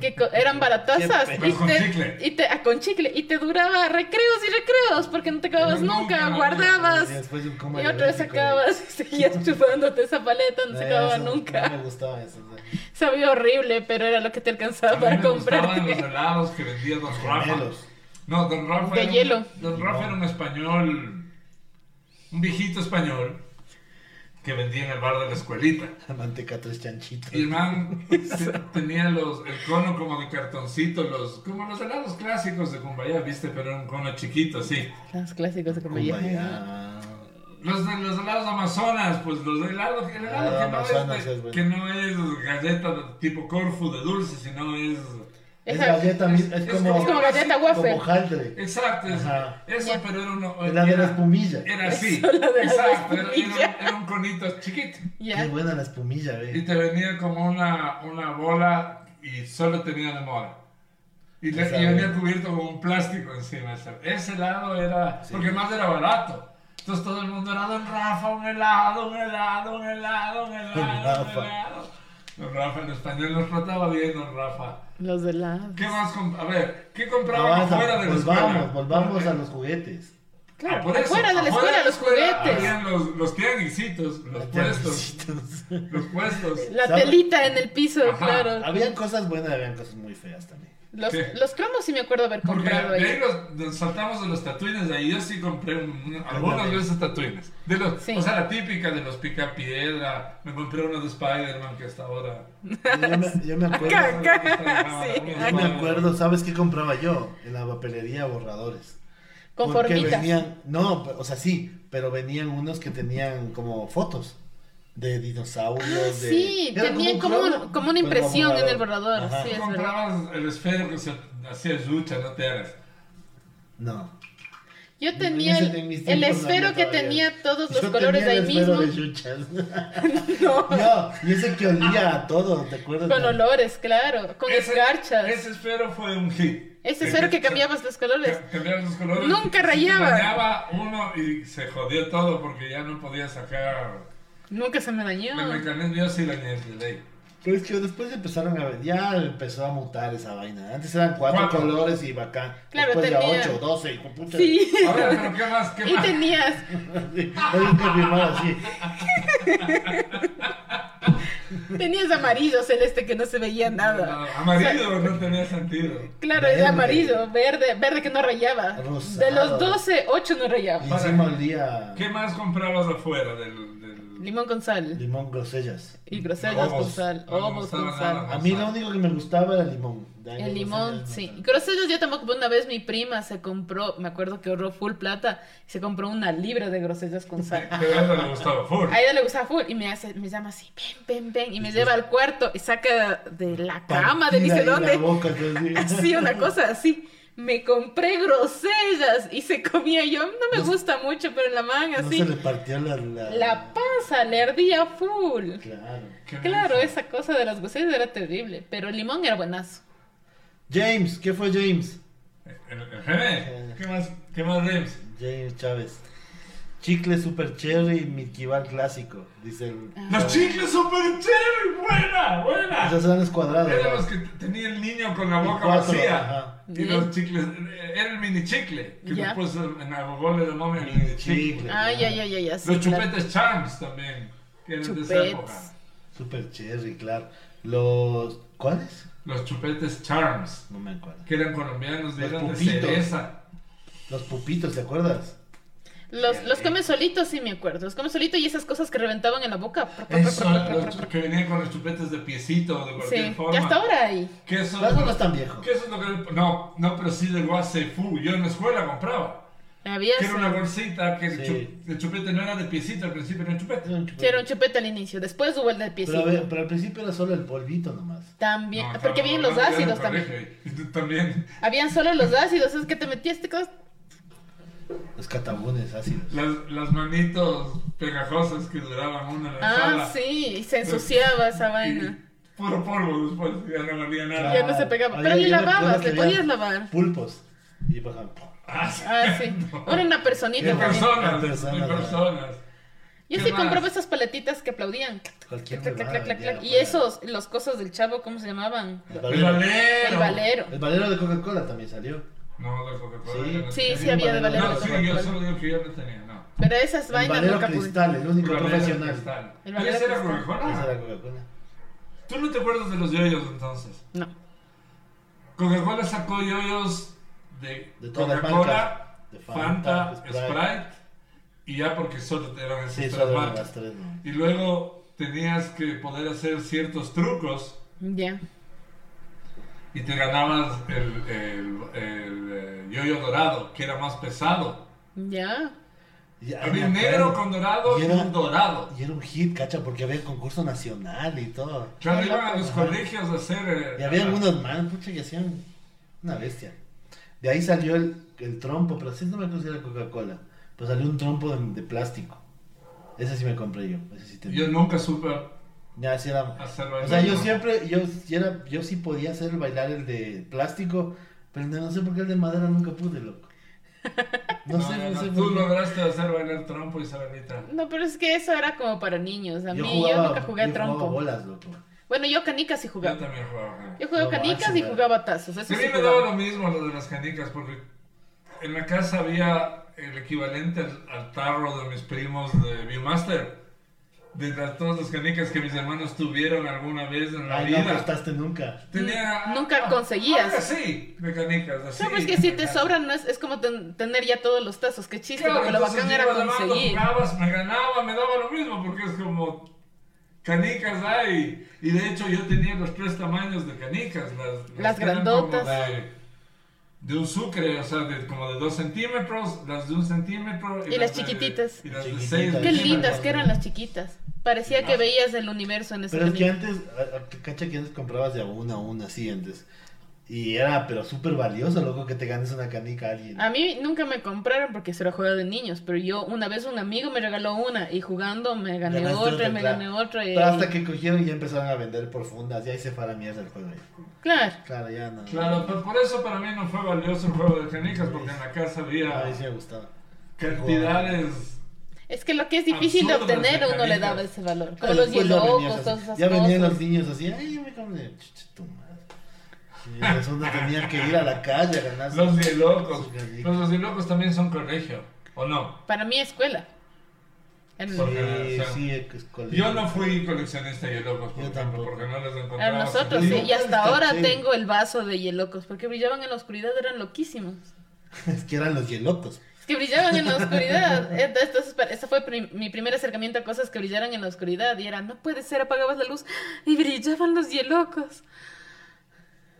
B: Que co- eran baratazas
C: Qué
A: pena.
B: y
A: Con
B: te,
A: chicle.
B: y te- ah, con chicle y te duraba recreos y recreos porque no te acababas
A: Pero
B: nunca,
A: nunca,
B: guardabas
C: Y después de un coma
B: y otra vez
C: diabético,
B: acabas y seguías chupándote esa paleta,
C: y-
B: no se
C: Eh,
B: acababa
C: eso,
B: nunca.
C: No me gustaba eso. o sea,
B: Sabía horrible, pero era lo que te
A: A
B: alcanzaba
A: mí
B: para
A: me gustaban los
B: comprarte.
A: helados que vendía Don Rafa.
C: gemelos.
A: No, Don Rafa.
B: De
A: era un-
B: hielo.
A: don Rafa era un español, un viejito español que vendía en el bar de la escuelita.
C: La manteca tres chanchitos.
A: Y el man se- tenía los, el cono como de cartoncito, los, como los helados clásicos de Cumbayá, viste, pero era un cono chiquito, sí.
B: Los clásicos de
C: Como
B: comida.
C: ya-
A: Los, de- los helados amazonas, pues los de helado, el helado
C: Ah,
A: que, no
C: Amazonas
A: es de-
C: es bueno.
A: que no es galleta de tipo Corfu de dulce, sino es...
C: Es
B: Esa-
C: galleta,
A: es-
C: es, es
A: es
C: como,
B: Es como galleta waffle.
C: como hojaldre.
A: Exacto, es-
C: Ajá.
A: eso,
B: Ya.
A: pero era uno...
C: Es la de la
A: era-
C: espumilla.
A: Era así.
B: Eso, la de la
A: Exacto, era,
B: espumilla.
A: era un- era un conito chiquito.
B: Ya.
C: Qué buena la espumilla,
A: Y
C: ve.
A: te venía como una, una bola y solo tenía la mora. Y, le-
C: Esa
A: y venía
C: es.
A: cubierto con un plástico encima. o sea, Ese helado era. Porque más era barato. Entonces todo el mundo era Don Rafa, un helado, un helado, un helado, un helado.
C: Rafa.
A: Un helado. Don Rafa en español nos trataba bien, Don Rafa.
B: Los helados.
A: ¿Qué más? comp- A ver, ¿qué
C: Ah,
A: compraban
C: Avanza,
A: afuera de la escuela?
C: volvamos, pues volvamos a los juguetes.
A: Ah,
B: Claro,
A: por eso,
B: fuera de la
A: afuera
B: escuela, los juguetes.
A: Habían los, los tianguisitos, los puestos, los puestos.
B: La
C: ¿Sabes?
B: telita en el piso,
A: Ajá,
B: claro.
C: Habían cosas buenas, habían cosas muy feas también.
B: Los,
A: Sí.
B: los cromos sí me acuerdo haber
A: Porque de
B: comprado
A: ahí
B: ahí.
A: los, nos saltamos de los tatuines, de ahí yo sí compré un- un- algunas
C: Ándale.
A: veces tatuines. De los,
B: Sí.
A: O sea, la típica de los picapiedra, me compré uno de Spider-Man que hasta ahora... Pues,
C: Yo me, yo me acuerdo.
B: Acá.
A: Sí,
C: Yo me acuerdo, ¿sabes qué compraba yo? En la papelería borradores.
B: Con
C: Porque
B: formitas.
C: venían, no, o sea, sí, pero venían unos que tenían como fotos de dinosaurios.
B: Ah,
C: de-
B: sí,
C: Era
B: tenían
C: un
B: como, un-
C: cromo,
B: como una
C: pero
B: impresión en el
C: borrador.
B: borrador.
C: Ajá.
B: Sí, es verdad.
A: Comprabas el esfero que se hacía yucha, no te hagas.
C: No.
B: Yo tenía
C: En
B: el,
C: ese- en mis
B: el
C: tiempos no había
B: esfero que
C: todavía.
B: tenía todos los
C: Yo
B: colores
C: tenía
B: ahí
C: el esfero
B: mismo.
C: de yuchas.
B: No,
C: No, y ese que olía a todo, ¿te acuerdas?
B: con olores, claro, con escarchas.
A: Ese esfero fue un hit.
B: Ese esfero que
A: cambiaba
B: cambiabas los colores.
A: Ca- Cambiaban los colores.
B: Nunca
A: Se
B: rayaba.
A: dañaba uno y se jodió todo porque ya no podía sacar.
B: Nunca se me dañó.
A: El mecanismo yo sí dañé el de ley.
C: Pero es Pues que después empezaron a ver, ya empezó a mutar esa vaina. Antes eran cuatro,
A: Cuatro.
C: colores y bacán.
B: Claro,
C: después
B: tenía-
C: ya ocho, doce, hijo pucha.
B: Sí.
A: A ver, pero ¿qué más? ¿Qué
B: Y
A: más?
B: tenías,
C: Sí, Hay un que firmar así.
B: Tenías amarillo celeste que no se veía
A: Ah,
B: nada.
A: Amarillo no tenía sentido.
B: Claro, era
C: Verde.
B: amarillo, verde, verde que no rayaba.
C: Rosado.
B: De los 12, 8 no rayaba.
C: Y encima olía
A: ¿Qué más comprabas afuera del... del...
B: Limón con sal.
C: limón grosellas.
B: Y grosellas con
A: Ovos.
B: sal.
A: No me
B: Ovos con
A: gustaba nada.
B: sal.
C: A mí lo único que me gustaba era el limón. De ahí
B: El
C: de
B: limón,
C: grosellas,
B: sí.
C: no
B: Y
C: tanto.
B: grosellas yo tampoco, una vez mi prima se compró, me acuerdo que ahorró full plata, y se compró una libra de grosellas con sal.
A: Pero a ella le gustaba full.
B: A ella le gustaba full y me hace, me llama así, ven, ven, ven, y me lleva al cuarto y saca de la cama, de
C: Partida
B: dice
C: ahí en la
B: dónde,
C: boca, entonces,
B: así una cosa así. Me compré grosellas y se comía yo, no me
C: No se-
B: gusta mucho, pero en la manga
C: No
B: así,
C: se le partió la. la-
B: la panza le ardía full.
C: Claro.
A: Qué
B: Claro,
A: menso.
B: esa cosa de las grosellas era terrible, pero el limón era buenazo.
C: James, ¿qué fue James?
A: Eh, El- el Jere, ¿Qué más? ¿Qué más Rims?
C: James Chávez. Chicle Super Cherry Milky Bar clásico, dice el.
B: Ah.
A: Los chicles super cherry, buena, buena.
C: Esos eran los cuadrados.
A: Eran
C: ¿no?
A: los que t- tenía el niño con la boca
C: Cuatro,
A: vacía.
C: ajá.
A: Y los chicles, eh, era el mini chicle, que
B: Ya. Ah,
A: después en Agogol le llamó el mini chicle.
C: Chicle.
B: Ay, ay, ay, ay, así.
A: Los chupetes charms también, que eran de esa
B: Chupetes.
A: época.
C: Super Cherry, claro. Los. ¿Cuáles?
A: Los chupetes charms,
C: No me acuerdo.
A: que eran colombianos, de
C: Los
A: eran de
C: pupitos.
A: cereza.
C: Los pupitos, ¿te acuerdas?
B: Los, los comes solitos, sí me acuerdo. Los comes solitos y esas cosas que reventaban en la boca.
A: Eso, los chu- que venían con los chupetes de piecito, de cualquier
B: Sí,
A: forma.
B: y hasta ahora hay.
A: Que eso,
C: Las no están viejos.
A: que eso es lo que... No, no, pero sí de Guasefu. Yo en la escuela compraba.
B: Había
A: Que era
B: sí.
A: una bolsita, que el,
C: Sí.
A: chup- el chupete no era de piecito, al principio era un chupete.
C: Eran
B: Sí, era un chupete al inicio, después hubo el del
C: Pero,
B: piecito.
C: a ver, pero al principio era solo el polvito nomás.
B: También,
A: No,
B: ah,
A: estamos
B: porque habían los
A: hablando ya
B: ácidos
A: del
B: también.
A: colegio, y tú también.
B: Habían solo los ácidos, es que te metías te cosas.
C: Los catabunes ácidos.
A: Las, las manitos pegajosas que duraban una en la
B: Ah,
A: sala.
B: sí, y se ensuciaba esa vaina.
A: Y puro polvo después, ya no valía nada.
B: Ya no se pegaba.
C: Había-
B: Pero le
C: yo me
B: lavabas,
C: acuerdo que
B: le
C: había
B: podías lavar.
C: Pulpos. Y pues, bajaban.
A: Ah, sí.
B: Ah, sí. Era una personita.
A: De
C: Qué
B: también.
A: personas,
C: De
A: de
C: personas,
A: personas.
C: ¿verdad?
B: Yo
A: ¿Qué
B: sí
A: más?
B: compraba esas paletitas que aplaudían.
C: Cualquier
B: Clac, clac,
C: huevada
B: clac,
C: vendían
B: clac. Y
C: afuera.
B: esos, los cosas del chavo, ¿cómo se llamaban?
C: El
A: El
C: valero.
A: valero.
B: El valero.
C: El valero de Coca-Cola también salió.
A: No, de Coca-Cola.
C: Sí.
A: yo no
B: Sí,
A: tenía.
B: sí había de
C: valero
A: No,
B: de
A: sí,
B: Coca-Cola.
A: yo solo digo que yo no tenía, no.
B: Pero esas
C: El
B: vainas
C: valero
B: nunca pude.
C: cristal, el Ah. único
A: Valero
C: profesional.
A: Cristal.
B: El
A: ¿Y
B: valero
A: ese era
B: cristal.
C: Esa
A: Coca-Cola?
C: era Coca-Cola.
A: ¿Tú no te acuerdas de los yoyos entonces?
B: No.
A: Coca-Cola sacó yoyos de,
C: De todas las
A: Coca-Cola,
C: marcas. De
A: Fanta,
C: Fanta,
A: Sprite,
C: Sprite.
A: y ya porque solo te eran esas
C: Sí,
A: tres
C: solo eran
A: marcas.
C: las tres, ¿no?
A: Y luego tenías que poder hacer ciertos trucos
B: Ya.
A: y te ganabas el, el, el, eh, yoyo dorado, que era más pesado.
B: Ya.
C: Y- ay,
A: Había
C: me
A: negro
C: acuerdo.
A: con dorado y
C: Y era-
A: un dorado.
C: Y era un hit, cacha, porque había concurso nacional y todo.
A: Claro,
B: Qué
A: iban a
B: loco,
A: los
C: ajá.
A: colegios a hacer... eh,
C: Y había
A: a-
C: algunos man, pucha, que hacían una bestia. De ahí salió el, el trompo, pero así no me considera Coca-Cola. Pues salió un trompo de, de plástico. Ese sí me compré yo. Ese sí tenía.
A: Yo nunca supe
C: Ya, así era.
A: hacer
C: Este, O sea, yo
A: bailar.
C: siempre, yo, yo era, yo sí podía hacer bailar el de plástico, pero no, no sé por qué el de madera nunca pude, loco. No, sé, no, sé
A: Tú
C: por qué.
A: lograste hacer bailar trompo y sabanita.
B: No, pero es que eso era como para niños. A mí,
C: Yo
B: yo,
C: jugaba,
B: nunca jugué
C: yo jugaba
B: trompo.
C: bolas, loco.
B: Bueno, yo canicas sí
A: Yo
B: jugaba.
A: también jugaba.
B: Yo jugaba
C: No,
B: canicas
C: macho,
B: y
C: güey.
B: jugaba tazos. Eso
A: A mí
B: sí
A: me daba
B: jugaba.
A: lo mismo lo de las canicas, porque en la casa había el equivalente al, al tarro de mis primos de Viewmaster. De las, todas las canicas que mis hermanos tuvieron alguna vez en la
C: Ay, no
A: vida.
C: apostaste nunca. pues,
A: Tenía,
B: Nunca
A: ah,
B: conseguías.
A: ahora sí, de canicas. Así,
B: Sabes pues que si te sobran, no es, es como ten- tener ya todos los tazos. Qué chiste,
A: Claro,
B: porque lo
A: entonces
B: bacán
A: yo
B: era
A: iba lavando,
B: conseguir.
A: jugabas, me ganaba, me daba lo mismo, porque es como canicas hay. Y de hecho yo tenía los tres tamaños de canicas. Las,
B: Las
A: que eran como
B: grandotas.
A: De, de un sucre, o sea, de, como de dos centímetros, las de un centímetro.
B: Y las
A: de-
B: chiquititas.
A: y las de
C: Chiquititas.
A: seis
B: Qué
C: Sí,
B: lindas
C: me
B: que eran las chiquitas. Parecía que veías el universo en ese
C: Pero es que
B: momento.
C: antes, a- a- cacha que antes comprabas de a una a una, así antes. Y era, pero súper valioso, loco, que te ganes una canica a alguien.
B: A mí nunca me compraron porque eso era juego de niños, pero yo una vez un amigo me regaló una y jugando me gané
C: Ganaste
B: otra, me
C: claro.
B: gané otra. y-
C: Pero hasta que cogieron y ya empezaron a vender por fundas, y ahí se fue a la mierda el juego. ya.
B: Claro.
C: Claro, ya no.
A: Claro, pero por eso para mí no fue valioso el juego de canicas, porque en la casa
C: A
A: había
C: mí sí me gustaba.
A: cantidades.
B: Es que lo que es difícil de
A: Absurdas
B: obtener
A: de
B: uno le
A: canicas.
B: daba ese valor. Como
C: Ah,
B: los
C: después ya venías
B: hielocos,
C: así.
B: todas esas
C: Ya venían
B: cosas.
C: los niños así, ay, yo me compré. Chucha, tu madre. Y las ondas tenían que ir a la calle a ganar.
A: Los
C: sus-
A: dielocos.
C: sus canicas.
A: Pues los dielocos también son colegio, ¿o no?
B: Para mí escuela. En-
A: Por generación.
C: sí, es cole-
A: Yo no fui coleccionista de locos, por
C: Yo
A: ejemplo,
C: tampoco.
A: porque no los
B: A
A: encontraba.
B: nosotros
C: Sí.
B: sí, y hasta ahora
C: Sí.
B: tengo el vaso de hielocos, porque brillaban en la oscuridad, eran loquísimos.
C: Es que eran los hielocos.
B: Es que brillaban en la oscuridad. Entonces, para- ese fue prim- mi primer acercamiento a cosas que brillaran en la oscuridad. Y era, no puede ser, apagabas la luz y brillaban los hielocos.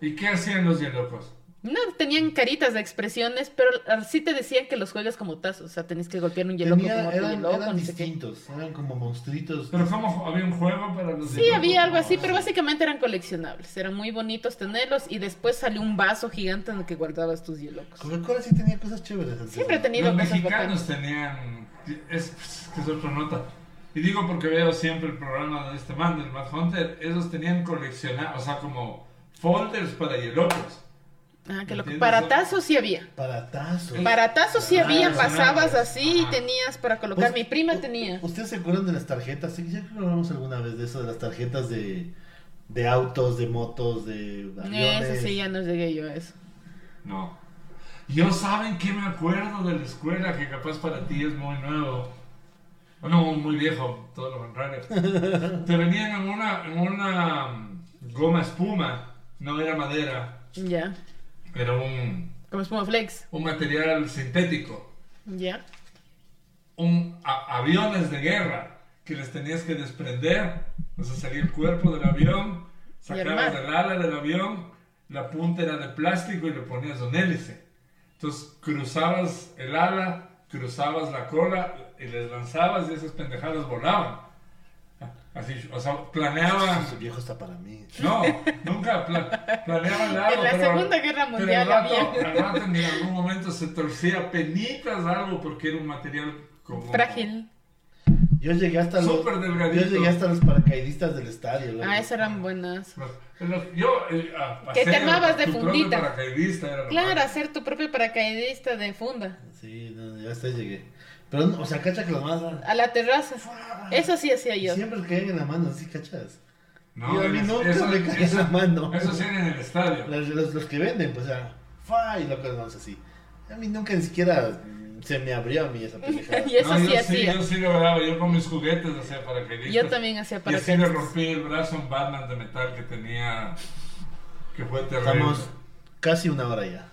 A: ¿Y qué hacían los hielocos?
B: No, tenían caritas de expresiones, pero ah, sí te decían que los juegas como tazos. O sea, tenés que golpear un hieloco
C: Tenía-
B: con otro
C: eran
B: hieloco,
C: eran
B: no sé qué.
C: distintos, eran como monstruitos.
A: ¿Pero cómo? ¿Había un juego para los
B: Sí,
A: hielocos?
B: había algo así, pero básicamente eran coleccionables. Eran muy bonitos tenerlos y después salió un vaso gigante en el que guardabas tus hielocos.
C: Coca-Cola sí tenía cosas chéveres. antes,
B: Siempre he
C: ¿no?
B: tenido
A: Los
B: cosas
A: mexicanos
B: bacanas.
A: tenían... Es, es que es otra nota. Y digo porque veo siempre el programa de este man, del Mad Hunter. Ellos tenían coleccionar, o sea, como folders para hielocos.
B: Ah, que lo-
A: ¿Entiendes?
B: Para tazos sí había.
C: Para tazos.
B: Para tazos sí
A: Ah, Pues,
B: había,
A: los
B: pasabas
A: enormes.
B: así y
A: Ajá.
B: tenías para colocar. Mi prima
C: Pues, u-
B: tenía.
C: ¿Ustedes se acuerdan de las tarjetas? Sí, ya creo que hablamos alguna vez de eso, de las tarjetas de, de autos, de motos, de
A: pues,
C: aviones.
B: Eso sí, ya no llegué yo a eso.
A: No. Yo saben que me acuerdo de la escuela, que capaz para ti es muy nuevo. No, muy viejo, todo lo contrario. Te venían en una, en una mm, goma espuma, no era madera,
B: Ya.
A: era un,
B: Como espuma flex.
A: un material sintético.
B: Ya.
A: Un, a- aviones de guerra que les tenías que desprender. O sea, salía el cuerpo del avión, sacabas
B: armar.
A: el ala del avión, la punta era de plástico y le ponías un hélice. Entonces cruzabas el ala, cruzabas la cola y les lanzabas y esas pendejadas volaban. Así, o sea, planeaban.
C: Ese viejo está para mí.
A: No, nunca pla- planeaban algo.
B: En la
A: pero-
B: Segunda Guerra
A: pero
B: Mundial
A: al rato-
B: había.
A: al rato en algún momento se torcía penitas algo porque era un material como...
B: Frágil.
C: Yo llegué hasta los,
A: Súper delgadito.
C: yo llegué hasta los paracaidistas del estadio. loco.
B: Ah, esas eran buenas.
A: Los- Yo, eh, a- a
B: Que te
A: hacer
B: armabas de
A: tu propio
B: fundita.
A: paracaidista era lo
B: Claro,
A: más.
B: hacer tu propio paracaidista de funda.
C: Sí, no, ya hasta ahí llegué. Pero, no, o sea, cacha que las manos.
B: A la terraza. Eso sí hacía yo.
C: Siempre caen en la mano, así cachas.
A: No,
C: Y a mí
A: es-
C: nunca
A: eso-
C: me caía
A: eso-
C: la mano.
A: Eso sí era en el estadio.
C: Los, los- los que venden, pues, ah, fa, y locas manos así. A mí nunca ni siquiera mm, se me abrió a mí esa pendejada.
B: Y eso
A: No,
B: sí
A: yo sí,
B: hacía.
A: yo sí lograba, yo con mis juguetes hacía paracaidistas.
B: Yo también hacía
A: Y así le
B: paracaidistas.
A: rompí el brazo a un Batman de metal que tenía, que fue terrible.
C: Estamos casi una hora ya.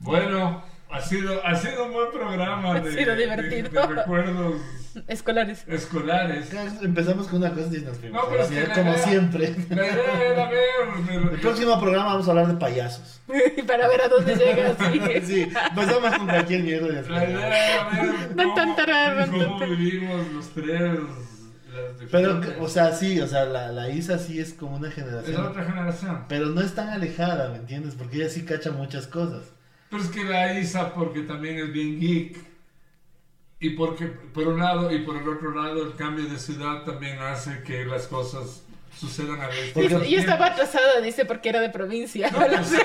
A: Bueno, ha sido, ha sido un buen programa
B: Ha
A: de,
B: sido
A: de-
B: divertido.
A: de recuerdos
B: Escolares.
A: escolares.
C: Empezamos con una cosa y nos fuimos.
A: No, pero
C: a
A: es que
C: la mierda,
A: la
C: como
A: idea-
C: siempre.
A: La idea era ver.
C: El próximo programa vamos a hablar de payasos.
B: Para ver a dónde llegas. sí.
C: Sí, empezamos con cualquier mierda. y
A: La
C: después-
A: idea era ver
B: Tan, tan, tarara,
A: cómo, cómo
B: tan, tan.
A: vivimos los tres. las
C: Pero,
A: diferentes-
C: o sea, sí, o sea, la, la Isa sí es como una
A: es
C: generación.
A: otra generación.
C: Pero no es tan alejada, ¿me entiendes? Porque ella sí cacha muchas cosas.
A: Pero es que la Isa, porque también es bien geek. Y porque, por un lado, y por el otro lado, el cambio de ciudad también hace que las cosas sucedan a veces.
C: Porque-
B: Yo estaba atrasada, dice, porque era de provincia.
A: No, pues sí.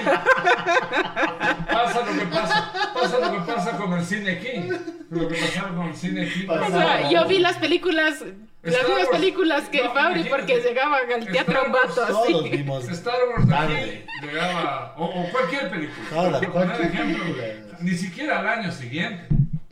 A: Pasa lo que pasa, pasa lo que pasa con el cine aquí. Lo que pasaba con el cine aquí.
C: Pasa.
B: O sea, yo vi las películas, las
A: Star
B: mismas
A: Wars.
B: películas que el
A: No,
B: Fabri
A: imagínate.
B: porque llegaban al teatro
A: Star
B: un
A: Wars
B: vato
C: Todos
B: así.
C: vimos.
A: Star Wars de
C: Tarde.
A: aquí llegaba, o, o cualquier película.
C: Ahora,
A: por poner
C: cualquier
A: ejemplo,
C: película.
A: Ni siquiera al año siguiente.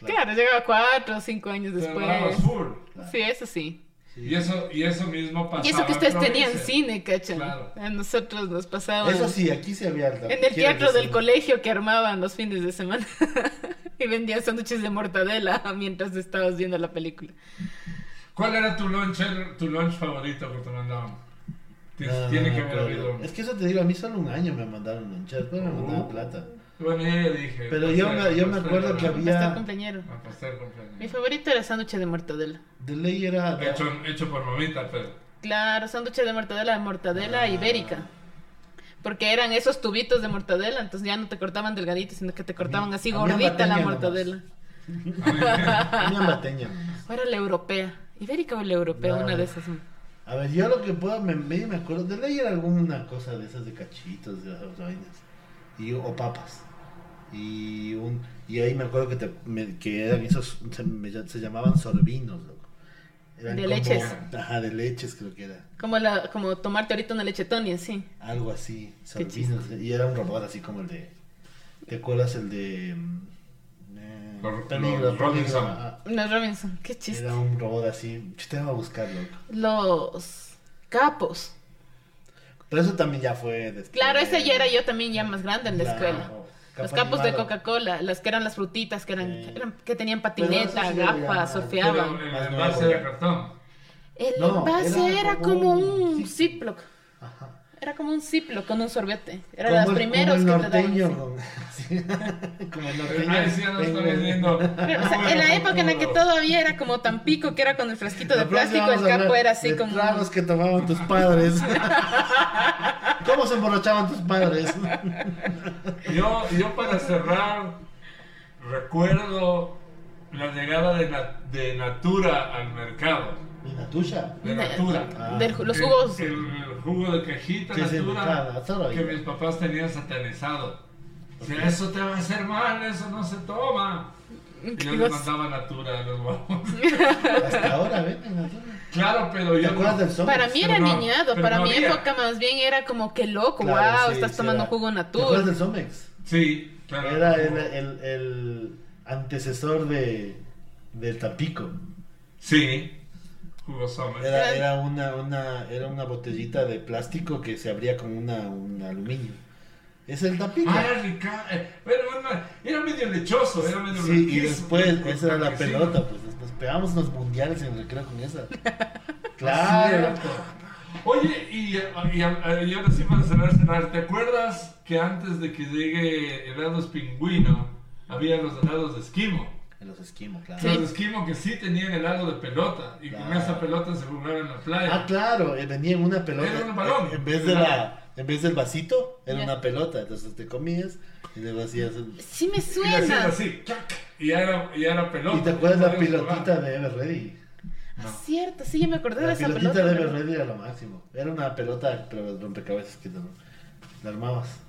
B: Claro, llegaba cuatro o cinco años
A: Cerraba
B: después.
A: full.
B: Sí, eso sí.
A: Y eso, y eso mismo pasaba.
B: Y eso
A: en
B: que ustedes
A: provincia.
B: tenían cine, ¿cachan?
A: Claro.
B: A nosotros nos pasaban
C: Eso sí, aquí se había. la-
B: en el teatro
C: quieres
B: del
C: decir.
B: colegio que armaban los fines de semana. y vendían sándwiches de mortadela mientras estabas viendo la película.
A: ¿Cuál era tu lunch, tu lunch favorito que te mandaban? Tien-
C: No, no,
A: tiene
C: Ah, no,
A: que haber
C: pero-
A: habido. uno.
C: Es que eso te digo, a mí solo un año me mandaron lonchar, después me mandaban
A: Uh.
C: plata.
A: Bueno, yo ya dije.
C: Pero yo me- yo me acuerdo que había-
B: Hasta el cumpleañero.
A: A pastel con
B: Mi
A: carne.
B: favorito era sándwich de mortadela.
C: De ley era.
A: Hecho, hecho por mamita, pero.
B: Claro, sándwiches de mortadela, de mortadela
C: Ah.
B: ibérica. Porque eran esos tubitos de mortadela, entonces ya no te cortaban delgadito, sino que te cortaban así
C: A mí
B: gordita
C: abateña
B: la
C: nomás.
B: mortadela.
A: A ver,
C: Una bateña. nomás.
B: O era la europea. ¿Ibérica o la europea?
C: No.
B: Una de esas.
C: A ver, yo lo que puedo, me, me, me acuerdo. De ley era alguna cosa de esas de cachitos, de esas vainas. Y, o papas. Y un y ahí me acuerdo que, te, me- que eran esos. Se, me ll- se llamaban sorbinos, loco.
B: De leches.
C: Ajá, de leches creo que era.
B: Como, la, como tomarte ahorita una lechetonia, sí.
C: Algo así,
B: Qué
C: sorbinos. Y era un robot así como el de. ¿Te acuerdas el de. mm, eh,
A: Los,
C: Peligro,
A: los Robinson.
C: peligro, ajá.
B: No, Robinson, qué chiste.
C: Era Ah, un robot así. Yo te iba a buscar, loco.
B: Los capos.
C: Pero eso también ya fue después.
B: Claro, ese ya era yo también ya más grande en la
C: Eh, Claro.
B: escuela. Los
C: Capaz
B: capos de
C: animado.
B: Coca-Cola, las que eran las frutitas, que eran,
C: Sí.
B: eran- que tenían
C: Pero
B: patineta,
C: eso sí era
B: gafas,
C: ya-
A: Pero
B: surfeaban.
A: el
C: Más
A: envase
C: nuevo.
A: era cartón.
B: El
C: No,
B: envase
C: era
B: era como
C: como
B: un
C: un
B: Ziploc.
C: Ajá.
B: Era como un Ziploc con un sorbete. Era de
C: Como
B: los
C: el-
B: primeros
C: como el
B: que te daban.
C: norteño, como- sí. Como el norteño.
A: Ahí sí ya no
C: Tengo-
A: estoy viendo.
B: Pero, o sea, en la época en la que todavía era como tan pico que era con el frasquito de
C: Lo próximo
B: plástico, el
C: vamos a
B: capo
C: hablar
B: era así
C: de
B: como...
C: tragos que tomaban tus padres. ¿Cómo se emborrachaban tus padres?
A: Yo, yo para cerrar, recuerdo la llegada de, Na- de Natura al mercado.
C: ¿Y Natusha?
A: De Natura.
C: Ah.
B: de los jugos.
A: El, el jugo de cajita
C: Sí, sí,
A: Natura
C: claro, hasta ahora
A: que
C: ya.
A: mis papás tenían satanizado. O sea,
C: Ok.
A: eso te va a hacer mal, eso no se toma. Y yo
B: Y
A: les
B: vos-
A: mandaba Natura a los guapos.
C: Hasta ahora venden Natura.
A: Claro, pero
C: ¿Te
A: yo.
C: acuerdas
A: no-
C: del Somos?
B: Para mí era
A: Pero no,
B: niñado,
A: pero
B: para
A: no
B: mi
A: había.
B: época más bien era como que loco,
C: Claro,
B: wow,
C: sí,
B: estás
C: sí
B: tomando
C: era.
B: jugo
C: ¿Te acuerdas
B: natura.
C: del Somex?
A: Sí, claro.
C: Era el, el- el antecesor de, del Tampico.
A: Sí, jugo Sommer.
C: Era, era, una, una, era una botellita de plástico que se abría con una, un aluminio. Es el Tampico.
A: Ah, era rica. eh, Pero bueno, era medio lechoso,
B: Ah,
A: era medio
C: Sí, y
A: blanquizo,
C: después,
A: con-
C: esa era la
A: blanquecino.
C: pelota, pues nos- nos pegamos unos mundiales en el recreo con esa.
A: Claro.
C: Claro.
A: Oye, y, y, y ahora sí para cerrar, cerrar, ¿te acuerdas que antes de que llegue helados pingüino, había los helados de esquimo?
C: En los esquimos, claro.
A: Los de esquimo que sí tenían helado de pelota, y con
C: Claro.
A: esa pelota se jugaban en la
C: Ah,
A: playa.
C: claro, eh, venía en una pelota.
A: Era un balón.
C: En- En vez de la, en vez del vasito, era
B: Ya.
C: una pelota. Entonces te comías y le vacías. el-
B: Sí me
A: Y le hacían
B: suena.
A: así, ¡clac! y ya era, y ya era pelota.
C: ¿Y te acuerdas la
A: Podías jugar.
C: pilotita de Ever Ready?
B: Ah, cierto, sí, yo me acordé de
C: La
B: esa
C: pilotita
B: pelota.
C: de
B: pero-
C: Ever Ready era lo máximo. Era una pelota, pero de rompecabezas que te- la armabas.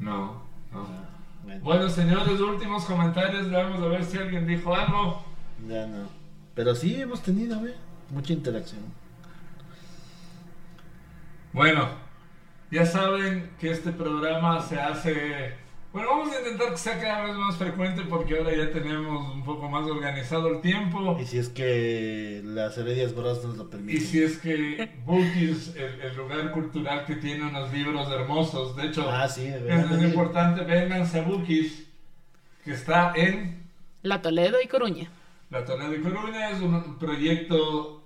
A: No, no.
C: Ah, bueno,
A: Bueno, señores, últimos comentarios. Vamos a ver si alguien dijo algo.
C: ya no. Pero sí hemos tenido, ve, mucha interacción.
A: Bueno, ya saben que este programa se hace. Bueno, vamos a intentar que sea cada vez más frecuente porque ahora ya tenemos un poco más organizado el tiempo.
C: Y si es que las heredias bros nos lo
A: Y
C: permiten.
A: si es que Bookies, el, el lugar cultural que tiene unos libros hermosos, de hecho,
C: Ah, sí, de
A: es
C: verdad.
A: muy importante, vénganse a Bookies, que está en
B: La Toledo y Coruña.
A: La Torre de Coruña es un proyecto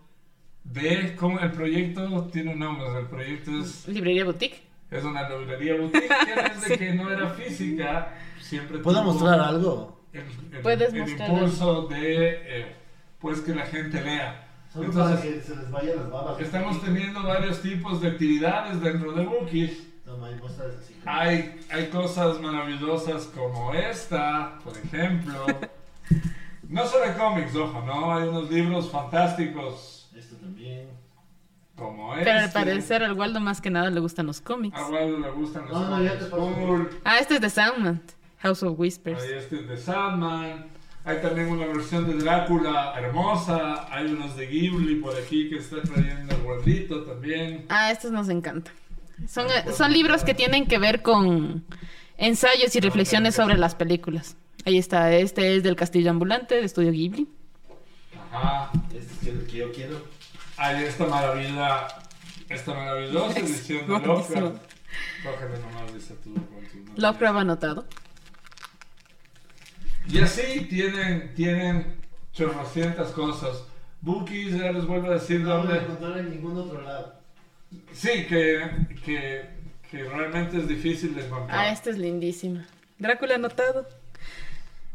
A: de... ¿cómo? El proyecto tiene un nombre, el proyecto es,
B: Librería Boutique.
A: es una librería boutique que desde que no era física siempre
C: ¿Puedo
A: tuvo
C: mostrar algo?
A: el, el-
B: Puedes
A: el
B: mostrar
A: impulso de eh, pues que la gente lea.
C: Solo para
A: Entonces,
C: que se les vayan las babas.
A: estamos teniendo varios tipos de actividades dentro de Bookies.
C: Toma, ahí muestras así.
A: Hay, hay cosas maravillosas como esta, por ejemplo. No solo de cómics, ojo, ¿no? Hay unos libros fantásticos
C: Esto también.
A: Como este. Ah,
B: Pero al parecer al Waldo más que nada le gustan los cómics.
A: A Waldo le gustan los
C: No, no, ya te paso.
A: cómics.
B: Ah, este es de Soundman, House of Whispers.
A: Hay este de Sandman. Hay también una versión de Drácula hermosa. Hay unos de Ghibli por aquí que está trayendo el Waldito también.
B: Ah, estos nos encantan. Son,
A: Ah,
B: eh, son libros que tienen que ver con ensayos
A: Ah,
B: y reflexiones sobre las películas. Ahí está, este es del Castillo Ambulante, de Estudio Ghibli.
A: Ajá.
C: Este es el que yo quiero.
A: Hay esta maravilla. Esta maravillosa edición de
B: buenísimo.
A: Lovecraft. Cógele nomás, dice tú. con tu mano.
B: Lovecraft anotado.
A: Y así tienen, tienen chorrocientas cosas. Bookies, ya les vuelvo a decir
C: No lo
A: dónde.
C: encontrar en ningún otro lado.
A: Sí, que, que, que realmente es difícil de encontrar.
B: Ah, esta es lindísima. Drácula anotado.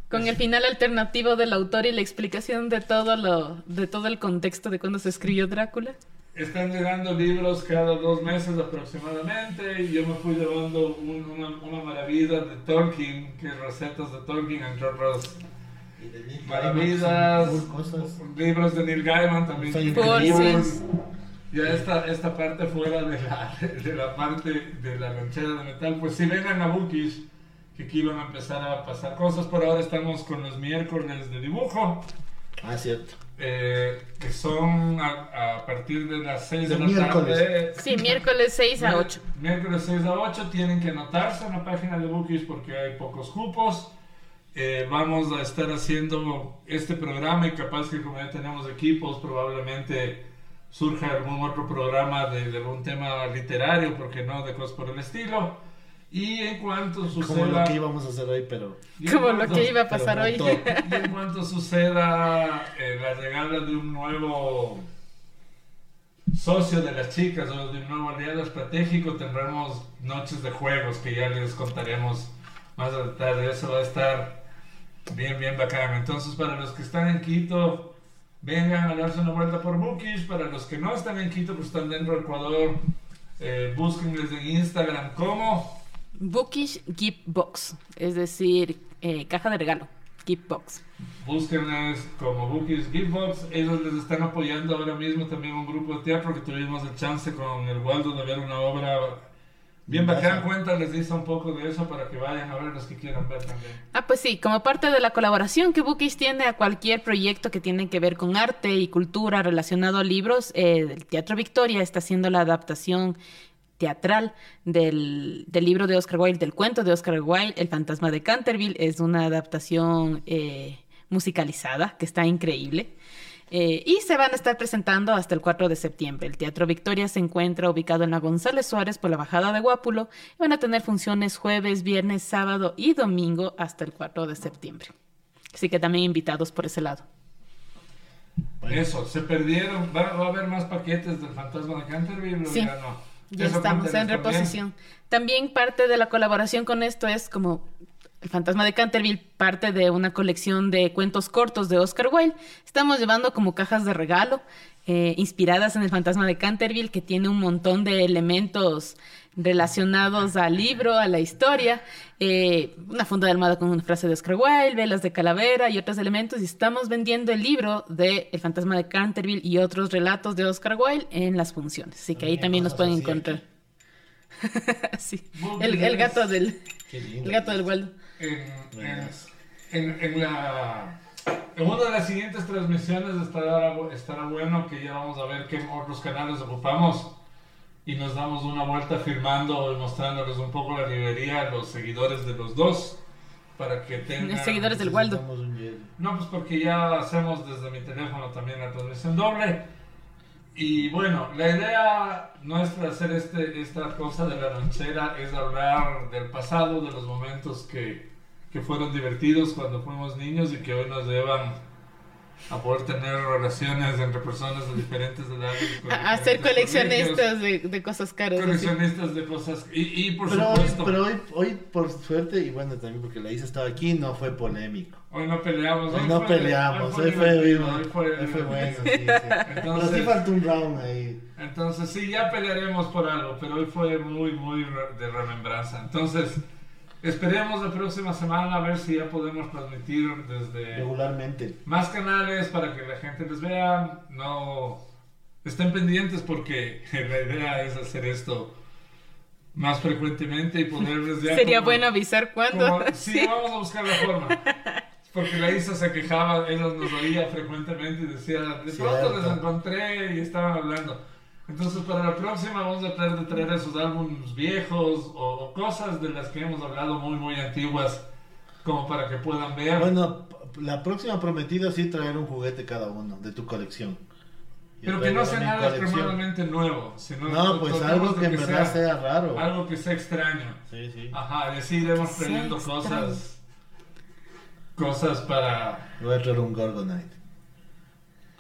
B: Con el final alternativo del autor y la explicación de todo lo, de todo el contexto de cuando se escribió Drácula.
A: Están llegando libros cada dos meses aproximadamente y yo me fui llevando un- una, una maravilla de Tolkien, que es recetas de Tolkien, entre otras
C: Y de mí.
A: maravillas,
C: Full cosas.
A: libros de Neil Gaiman también.
C: Son
B: increíbles.
A: Ya esta, esta parte fuera de la, de la parte de la lonchera de metal, pues si vengan a Bookies, que aquí van a empezar a pasar cosas, por ahora estamos con los miércoles de dibujo.
C: Ah, cierto.
A: eh, que son a, a partir de las 6 de,
C: De
A: la
C: miércoles.
A: tarde.
B: Sí, miércoles 6 a
A: Mier-
B: 8.
A: Miércoles 6 a 8 tienen que anotarse en la página de Bookies porque hay pocos cupos. eh, vamos a estar haciendo este programa y capaz que como ya tenemos equipos, probablemente surja algún otro programa de, de algún tema literario, porque no, de cosas por el estilo. Y en cuanto suceda...
C: Como lo que íbamos a hacer hoy, pero.
A: y en
B: Como lo
A: cuanto-
B: que iba a pasar hoy.
C: Pero mató.
A: Y en cuanto suceda eh, la llegada de un nuevo socio de las chicas o de un nuevo aliado estratégico, tendremos noches de juegos que ya les contaremos más a detalle. Eso va a estar bien, bien bacán. Entonces, para los que están en Quito, vengan a darse una vuelta por Bookish. Para los que no están en Quito, pues están dentro de Ecuador, eh, búsquenles en Instagram como.
B: Bookish Gift Box, es decir, eh, caja de regalo, Gift Box.
A: Búsquenles como Bookies Giftbox. Ellos les están apoyando ahora mismo también un grupo de teatro que tuvimos el chance con el Waldo de ver una obra bien bacán.
C: Ajá.
A: Cuenta, les dice un poco de eso para que vayan a ver los que quieran ver también.
B: Ah, pues sí, como parte de la colaboración que Bookish tiene a cualquier proyecto que tiene que ver con arte y cultura relacionado a libros, eh, el Teatro Victoria está haciendo la adaptación teatral del, del libro de Oscar Wilde, del cuento de Oscar Wilde, El fantasma de Canterville. Es una adaptación eh, musicalizada que está increíble. Eh, y se van a estar presentando hasta el 4 de septiembre. El Teatro Victoria se encuentra ubicado en la González Suárez por la bajada de Guápulo. y Van a tener funciones jueves, viernes, sábado y domingo hasta el 4 de septiembre. Así que también invitados por ese lado.
C: Bueno,
A: Eso, se perdieron. ¿Va, va a haber más paquetes del fantasma de Canterville? o
B: Sí.
A: ya no?
B: Ya
A: Eso
B: estamos
A: cuéntenles
B: en
A: también.
B: reposición. También parte de la colaboración con esto es como El fantasma de Canterville, parte de una colección de cuentos cortos de Oscar Wilde. Estamos llevando como cajas de regalo eh, inspiradas en El fantasma de Canterville, que tiene un montón de elementos relacionados al libro, a la historia, eh, una funda de almohada con una frase de Oscar Wilde, velas de calavera y otros elementos. Y estamos vendiendo el libro de El fantasma de Canterville y otros relatos de Oscar Wilde en las funciones. Así que ahí también
C: También
B: nos
C: cosas
B: pueden
C: así
B: encontrar. Sí,
A: Muy
B: el,
A: bien.
B: el gato del
C: qué lindo.
B: el gato del Waldo.
A: En, en-
C: Buenas.
A: en- en la, en una de las siguientes transmisiones estará, estará bueno que ya vamos a ver qué otros canales ocupamos y nos damos una vuelta firmando y mostrándoles un poco la librería a los seguidores de los dos para que tengan...
B: Los seguidores del Waldo.
C: Necesitamos un hielo.
A: No, pues porque ya hacemos desde mi teléfono también la transmisión doble. Y bueno, la idea nuestra de hacer este, esta cosa de la lonchera es hablar del pasado, de los momentos que, que fueron divertidos cuando fuimos niños y que hoy nos llevan a poder tener relaciones entre personas de diferentes edades. y con
B: A, a ser
A: diferentes
B: coleccionistas de, de cosas caras.
A: privilegios,
B: así.
A: Coleccionistas de cosas. Y, y por
C: Pero, hoy,
A: supuesto,
C: pero hoy, hoy, por suerte, y bueno, también porque la Isa estaba aquí, no fue polémico.
A: Pues hoy no peleamos.
C: Hoy no
A: fue-
C: peleamos, hoy fue
A: divertido,
C: vivo,
A: hoy fue-
C: hoy fue bueno, sí, sí. Pero sí
A: Entonces-
C: faltó un round ahí.
A: Entonces sí, ya pelearemos por algo, pero hoy fue muy, muy re- de remembranza. Entonces, esperemos la próxima semana a ver si ya podemos transmitir desde
C: Regularmente.
A: más canales para que la gente les vea. No estén pendientes porque la idea es hacer esto más frecuentemente y poderles ya...
B: Sería
A: como-
B: bueno avisar cuándo.
A: como- sí, vamos a buscar la forma. Porque la Isa se quejaba, ella nos oía frecuentemente y decía, de pronto
C: Cierto.
A: les encontré y estaban hablando. Entonces para la próxima vamos a tratar de traer esos álbumes viejos o, o cosas de las que hemos hablado muy, muy antiguas, como para que puedan ver.
C: Bueno, p- la próxima prometida sí traer un juguete cada uno de tu colección. Yo
A: pero que no
C: traigo
A: sea
C: mi
A: nada
C: colección.
A: extremadamente nuevo. Sino
C: No, pues
A: tratemos
C: algo
A: de
C: que en verdad sea,
A: sea
C: raro.
A: Algo que sea extraño.
C: Sí, sí.
A: Ajá, y sí iremos
B: sea
A: trayendo
B: extraño.
A: cosas. Cosas para
C: Voy a traer un Gorgonite.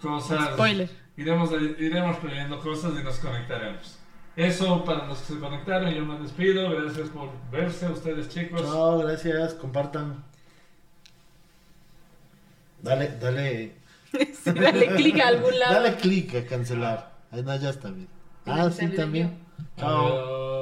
A: cosas.
B: Spoiler.
A: Iremos, iremos trayendo cosas y nos conectaremos. Eso para los que se conectaron, yo me despido. Gracias por verse ustedes chicos.
C: Chao, gracias, compartan. Dale, dale.
B: Sí, dale clic a algún lado.
C: Dale clic a cancelar. Ah, no, ya está bien.
B: Tiene
C: Ah,
B: que
C: sí,
B: salir
C: también.
B: yo.
C: Chao.
A: Adiós.